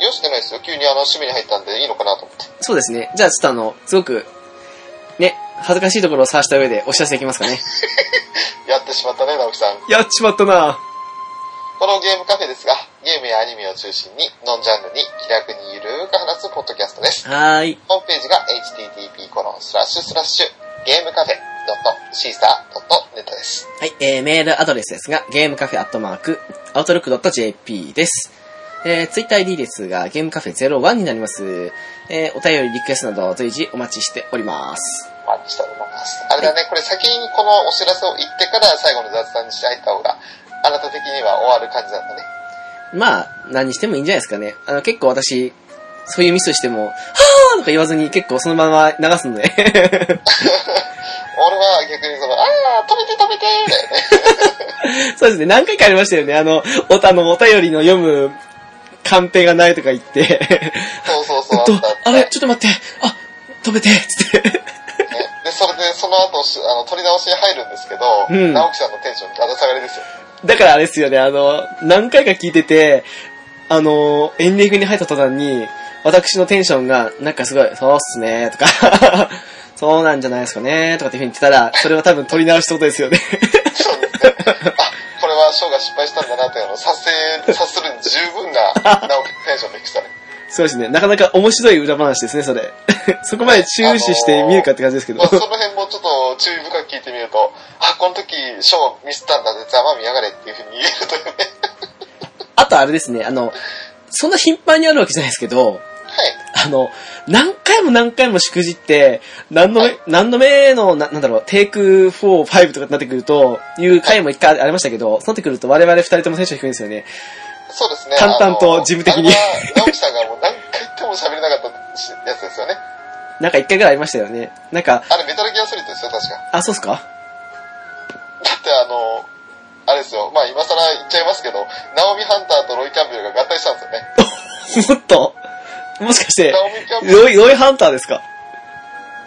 Speaker 2: い。よしてないですよ。急にあの、趣味に入ったんでいいのかなと思って。
Speaker 1: そうですね。じゃあ、ちょっとあの、すごく、ね、恥ずかしいところを探した上でお知らせできますかね。
Speaker 2: やってしまったね、直樹さん。
Speaker 1: やっちまったな
Speaker 2: このゲームカフェですが、ゲームやアニメを中心に、ノンジャンルに気楽にゆるーく話すポッドキャストです。
Speaker 1: はーい。
Speaker 2: ホームページが http コロンスラッシュスラッシュゲームカフェ .caesar.net です。
Speaker 1: はい、えー、メールアドレスですが、ゲームカフェアットマーク、アウトロック .jp です。えー、ツイッター ID ですが、ゲームカフェ01になります。えー、お便りリクエストなど随時お待ちしております。
Speaker 2: マッチしたと思います。あれだね、これ先にこのお知らせを言ってから最後の雑談にして入った方が、あなた的には終わる感じだったね。
Speaker 1: まあ、何にしてもいいんじゃないですかね。あの、結構私、そういうミスしても、はーとか言わずに結構そのまま流すので。
Speaker 2: 俺は逆にその、あー、止めて止めてだよね。
Speaker 1: そうですね、何回かありましたよね。あの、お、あの、お便りの読む、カンペがないとか言って、
Speaker 2: そうそうそう、あ
Speaker 1: と
Speaker 2: ったあっ、た。
Speaker 1: あれ、ちょっと待って、あ、止めて、つって。
Speaker 2: ねで、それでその後し、あの、取り直しに入るんですけど、
Speaker 1: うん
Speaker 2: 直樹さんのテンションだだ下がりですよ。
Speaker 1: だからあれですよね、あの、何回か聞いてて、あの、エンディングに入った途端に、私のテンションが、なんかすごい、そうっすね、とか、 そうなんじゃないですかね、とかっていう風に言ってたら、それは多分取り直しってことですよね。
Speaker 2: そうですね。あ、これはショーが失敗したんだなっていうのを察せ、察するに十分な、直樹テンションの低さね。
Speaker 1: そうですね、なかなか面白い裏話ですね、それ。 そこまで注視して見るかって感じですけど
Speaker 2: まあ、。その辺もちょっと注意深く聞いてみると、あ、この時、ショーミスったんだぜ、ざまみやがれっていうふうに言え るというね。
Speaker 1: あとあれですね、あの、そんな頻繁にあるわけじゃないですけど、
Speaker 2: はい。
Speaker 1: あの、何回も何回もしくじって、何度
Speaker 2: は
Speaker 1: 目
Speaker 2: い、
Speaker 1: 何度目の、な、なんだろう、テイク4、5とかになってくると、いう回も一回ありましたけど、そうなってくると我々二人ともテンション低いんですよね。
Speaker 2: そうですね。
Speaker 1: 淡々と
Speaker 2: あの
Speaker 1: 事務的に
Speaker 2: あれは直樹さんがもう何回言っても喋れなかったやつですよね。
Speaker 1: なんか一回ぐらいありましたよね。なんか、
Speaker 2: あれ、メタルギアソリッドですよ、確か。
Speaker 1: あ、そうっすか
Speaker 2: だってあの、あれですよ。まあ今更言っちゃいますけど、ナオミ・ハンターとロイ・キャンベルが合体したんですよね。
Speaker 1: も っと、もしかして、
Speaker 2: ナオミ・キャンベル、
Speaker 1: ロイ、ロイハンターですか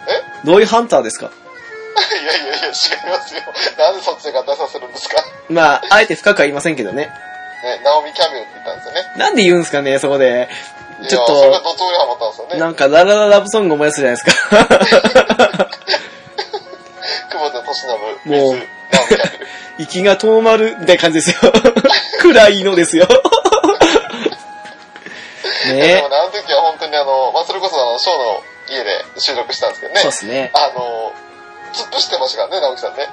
Speaker 2: え
Speaker 1: ロイハンターですか
Speaker 2: いやいやいや、違いますよ。なんでそっちで合体させるんですか。
Speaker 1: まあ、あえて深くは言いませんけどね。
Speaker 2: ね、ナオミ・キャンベルって言ったんですよね。
Speaker 1: なんで言うんすかね、そこで。ちょっ
Speaker 2: いや、それが
Speaker 1: と、
Speaker 2: 怒涛にハマったんですよね。
Speaker 1: なんか、ララララブソング思い出すじゃないですか。
Speaker 2: 久保田敏信、
Speaker 1: もう
Speaker 2: 水、ナオミ・キャンベル。
Speaker 1: 息が遠まる、みたいな感じですよ。暗いの ですよ。
Speaker 2: いやで
Speaker 1: ね
Speaker 2: もね、あの時は本当にあの、まあ、それこそあの、ショーの家で収録したんですけど
Speaker 1: え。
Speaker 2: ね
Speaker 1: そうで。すね。
Speaker 2: あの、突っ伏してましたからね、直樹さんね。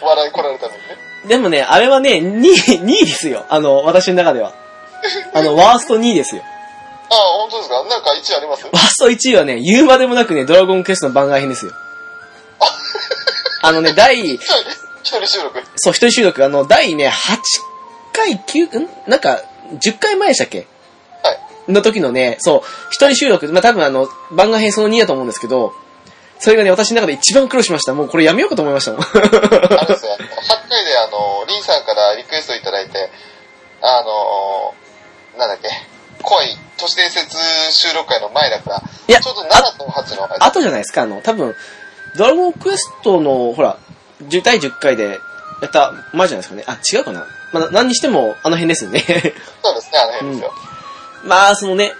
Speaker 2: 笑い来られるためにね。
Speaker 1: でもね、あれはね、2位、2位ですよ。あの、私の中では。あの、ワースト2位ですよ。
Speaker 2: ああ、本当ですかなんか1あります
Speaker 1: ワースト1位はね、言うまでもなくね、ドラゴンクエストの番外編です よ。あのね、第、
Speaker 2: 一人一人収録。はい。
Speaker 1: そう、一人収録、あの、第ね、8回、9、んなんか、10回前でしたっけの時のね、そう、一人収録、まあ、多分あの、番外編その2だと思うんですけど、それがね、私の中で一番苦労しました。もうこれやめようかと思いましたもん。
Speaker 2: あれですよ。8回であの、リンさんからリクエストいただいて、あの、なんだっけ、恋、都市伝説収録会の前だから、
Speaker 1: いや
Speaker 2: ちょうど7と8の間。
Speaker 1: あとじゃないですか、あの、多分、ドラゴンクエストの、ほら、10対10回でやった前じゃないですかね。あ、違うかな。まあ、何にしても、あの辺ですよね。
Speaker 2: そうですね、あの辺ですよ。
Speaker 1: まあ、そのね、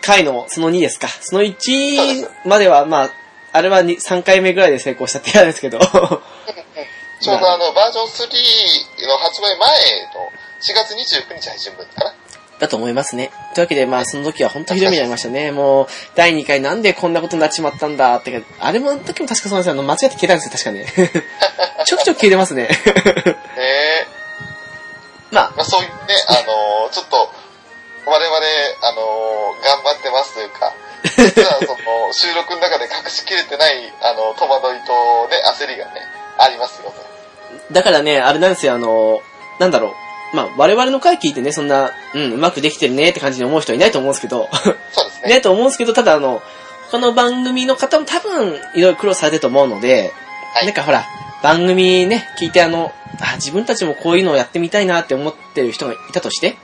Speaker 1: 回の、その2ですか。その1までは、まあ、あれはに3回目ぐらいで成功したってやるんですけど。
Speaker 2: ちょうどあの、バージョン3の発売前の4月29日配信分かな。
Speaker 1: だと思いますね。というわけで、まあ、その時は本当ひどい目に遭いましたね。もう、第2回なんでこんなことになっちまったんだってか、あれも、あの時も確かそうなんですよ。あの、間違って消えたんですよ、確かね。ちょくちょく消えてますね。
Speaker 2: え
Speaker 1: まあ
Speaker 2: ー、、まあそう いうね、あのーちょっと、我々、あのー頑張ってますというか、実はその、収録の中で隠しきれてない、あの、戸惑いとね、焦りがね、ありますよと。
Speaker 1: だからね、あれなんですよ、あの、なんだろう。まあ、我々の回聞いてね、そんな、うん、うまくできてるねって感じに思う人いないと思うんですけど、
Speaker 2: そうですね。
Speaker 1: ね、と思うんですけど、ただあの、他の番組の方も多分、いろいろ苦労されてると思うので、
Speaker 2: はい
Speaker 1: なんかほら、番組ね、聞いてあの、あ、自分たちもこういうのをやってみたいなって思ってる人がいたとして、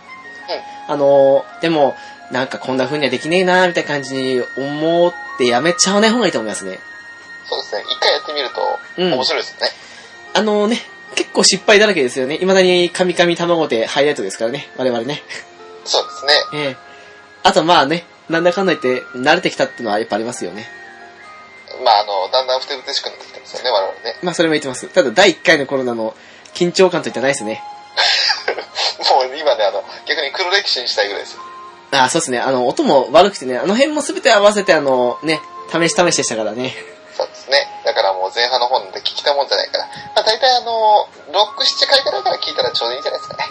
Speaker 1: あの、でも、なんかこんな風にはできねえなみたいな感じに思ってやめちゃわない方がいいと思いますね。
Speaker 2: そうですね。一回やってみると、
Speaker 1: うん
Speaker 2: 面白いですよね。
Speaker 1: あのね、結構失敗だらけですよね。未だにカミカミ卵でハイライトですからね、我々ね。
Speaker 2: そうですね。
Speaker 1: ええあとまあね、なんだかんだ言って慣れてきたってのはやっぱありますよね。
Speaker 2: まああの、だんだんふてぶてしくなってきてますよね、我々ね。
Speaker 1: まあそれも言ってます。ただ第1回のコロナの緊張感といったらないですね。
Speaker 2: もう今ね、あの、逆に黒歴史にしたいぐらいですよ。
Speaker 1: ああ、そうですね。あの、音も悪くてね、あの辺も全て合わせてあの、ね、試し試しでしたからね。
Speaker 2: そうですね。だからもう前半の方なんて聞きたもんじゃないから。まあ大体あの、6、7回ぐらいから聞いたらちょうどいいんじゃないで すかね。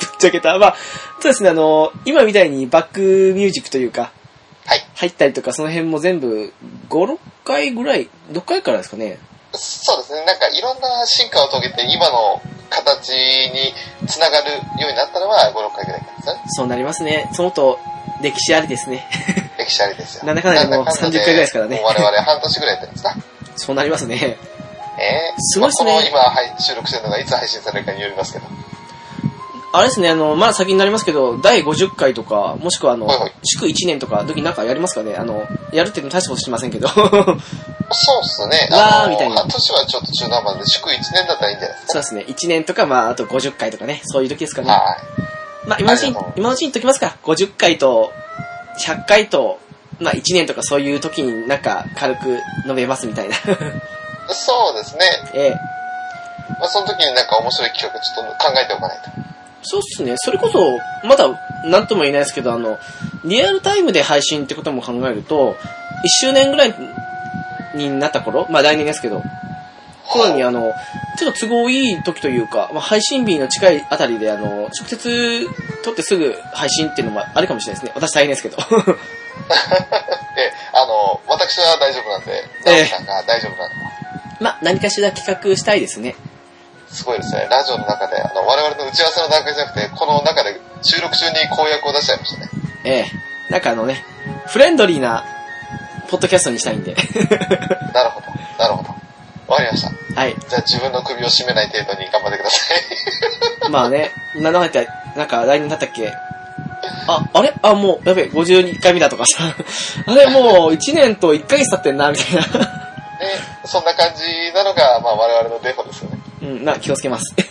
Speaker 1: ぶっちゃけた。まあ、そうですね、あの、今みたいにバックミュージックというか、
Speaker 2: はい。
Speaker 1: 入ったりとか、その辺も全部、5、6回ぐらい、6回からですかね。
Speaker 2: そうですね。なんかいろんな進化を遂げて今の形につながるようになったのは5、6回ぐらいからですね。
Speaker 1: そうなりますね。そのと、歴史ありですね。
Speaker 2: 歴史ありですよ。
Speaker 1: なんだかんだでもう
Speaker 2: なんだ
Speaker 1: 30回ぐらいですからね
Speaker 2: もう我々半年ぐらいやってるんですな。
Speaker 1: そうなりますね。
Speaker 2: ええ
Speaker 1: すごいっすね
Speaker 2: まあこの今はい収録してるのがいつ配信されるかによりますけど。
Speaker 1: あれですね、あの、まだ先になりますけど、第50回とか、もしくはあの
Speaker 2: はいはい、
Speaker 1: 祝1年とか、時なんかやりますかねあの、やるっていうの大したことしてませんけど。
Speaker 2: そうっすね。
Speaker 1: わー
Speaker 2: あの
Speaker 1: みたいな
Speaker 2: 半年はちょっと中南蛮で祝1年だったらいいんじゃないです
Speaker 1: そうですね、1年とか、まあ、あと50回とかね、そういう時ですか
Speaker 2: か。
Speaker 1: ね。
Speaker 2: はい。
Speaker 1: まあ、今のうちに
Speaker 2: ありがとう、
Speaker 1: 今のうちに言っときますか。50回と、100回と、まあ、1年とかそういう時になんか、軽く述べますみたいな。
Speaker 2: そうですね。
Speaker 1: ええ。
Speaker 2: まあ、その時になんか面白い企画ちょっと考えておかないと。
Speaker 1: そうっすね、それこそ、まだ、なんとも言えないですけど、あの、リアルタイムで配信ってことも考えると、1周年ぐらいになった頃、まあ来年ですけど、頃にあの、ちょっと都合いい時というか、まあ、配信日の近いあたりで、あの、直接撮ってすぐ配信っていうのもあるかもしれないですね。私大変ですけど。
Speaker 2: え、あの、私は大丈夫なんで、
Speaker 1: ええ
Speaker 2: ナオさんが大丈夫なの。
Speaker 1: まあ何かしら企画したいですね。
Speaker 2: すごいですね。ラジオの中で、あの、我々の打ち合わせの段階じゃなくて、この中で収録中に公約を出しちゃいましたね。
Speaker 1: ええ。なんかあのね、フレンドリーな、ポッドキャストにしたいんで。
Speaker 2: なるほど。なるほど。わかりました。
Speaker 1: はい。
Speaker 2: じゃあ自分の首を絞めない程度に頑張ってください。
Speaker 1: まあね、な、なんだっけ、なんか来年だったっけあ、あれあ、もう、やべえ、52回目だとかさ。 あれ、もう、1年と1ヶ月経ってんな、みたいな。
Speaker 2: ね、そんな感じなのが、まあ我々のデフォですよね。
Speaker 1: うん、な、気をつけます。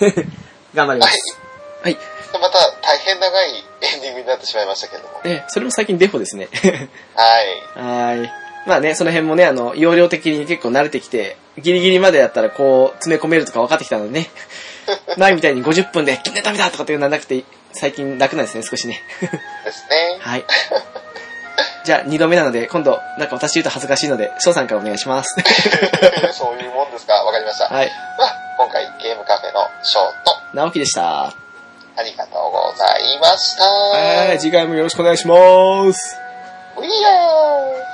Speaker 1: 頑張りま
Speaker 2: はい。
Speaker 1: す。はい。
Speaker 2: でまた大変長いエンディングになってしまいましたけれども。
Speaker 1: ええ、それも最近デフォですね。
Speaker 2: はい。
Speaker 1: はーい。まあね、その辺もね、あの、容量的に結構慣れてきて、ギリギリまでやったらこう、詰め込めるとか分かってきたのでね。前みたいに50分で、金ネタメだとかっていうのはなくて、最近楽なんですね、少しね。
Speaker 2: ですね。
Speaker 1: はい。じゃあ、二度目なので、今度、なんか私言うと恥ずかしいので、翔さんからお願いします。
Speaker 2: そういうもんですかわかりました。
Speaker 1: はい。
Speaker 2: まあ今回ゲームカフェのショート、
Speaker 1: 直樹でした。
Speaker 2: ありがとうございました。
Speaker 1: はい、次回もよろしくお願いします。
Speaker 2: ウィーアー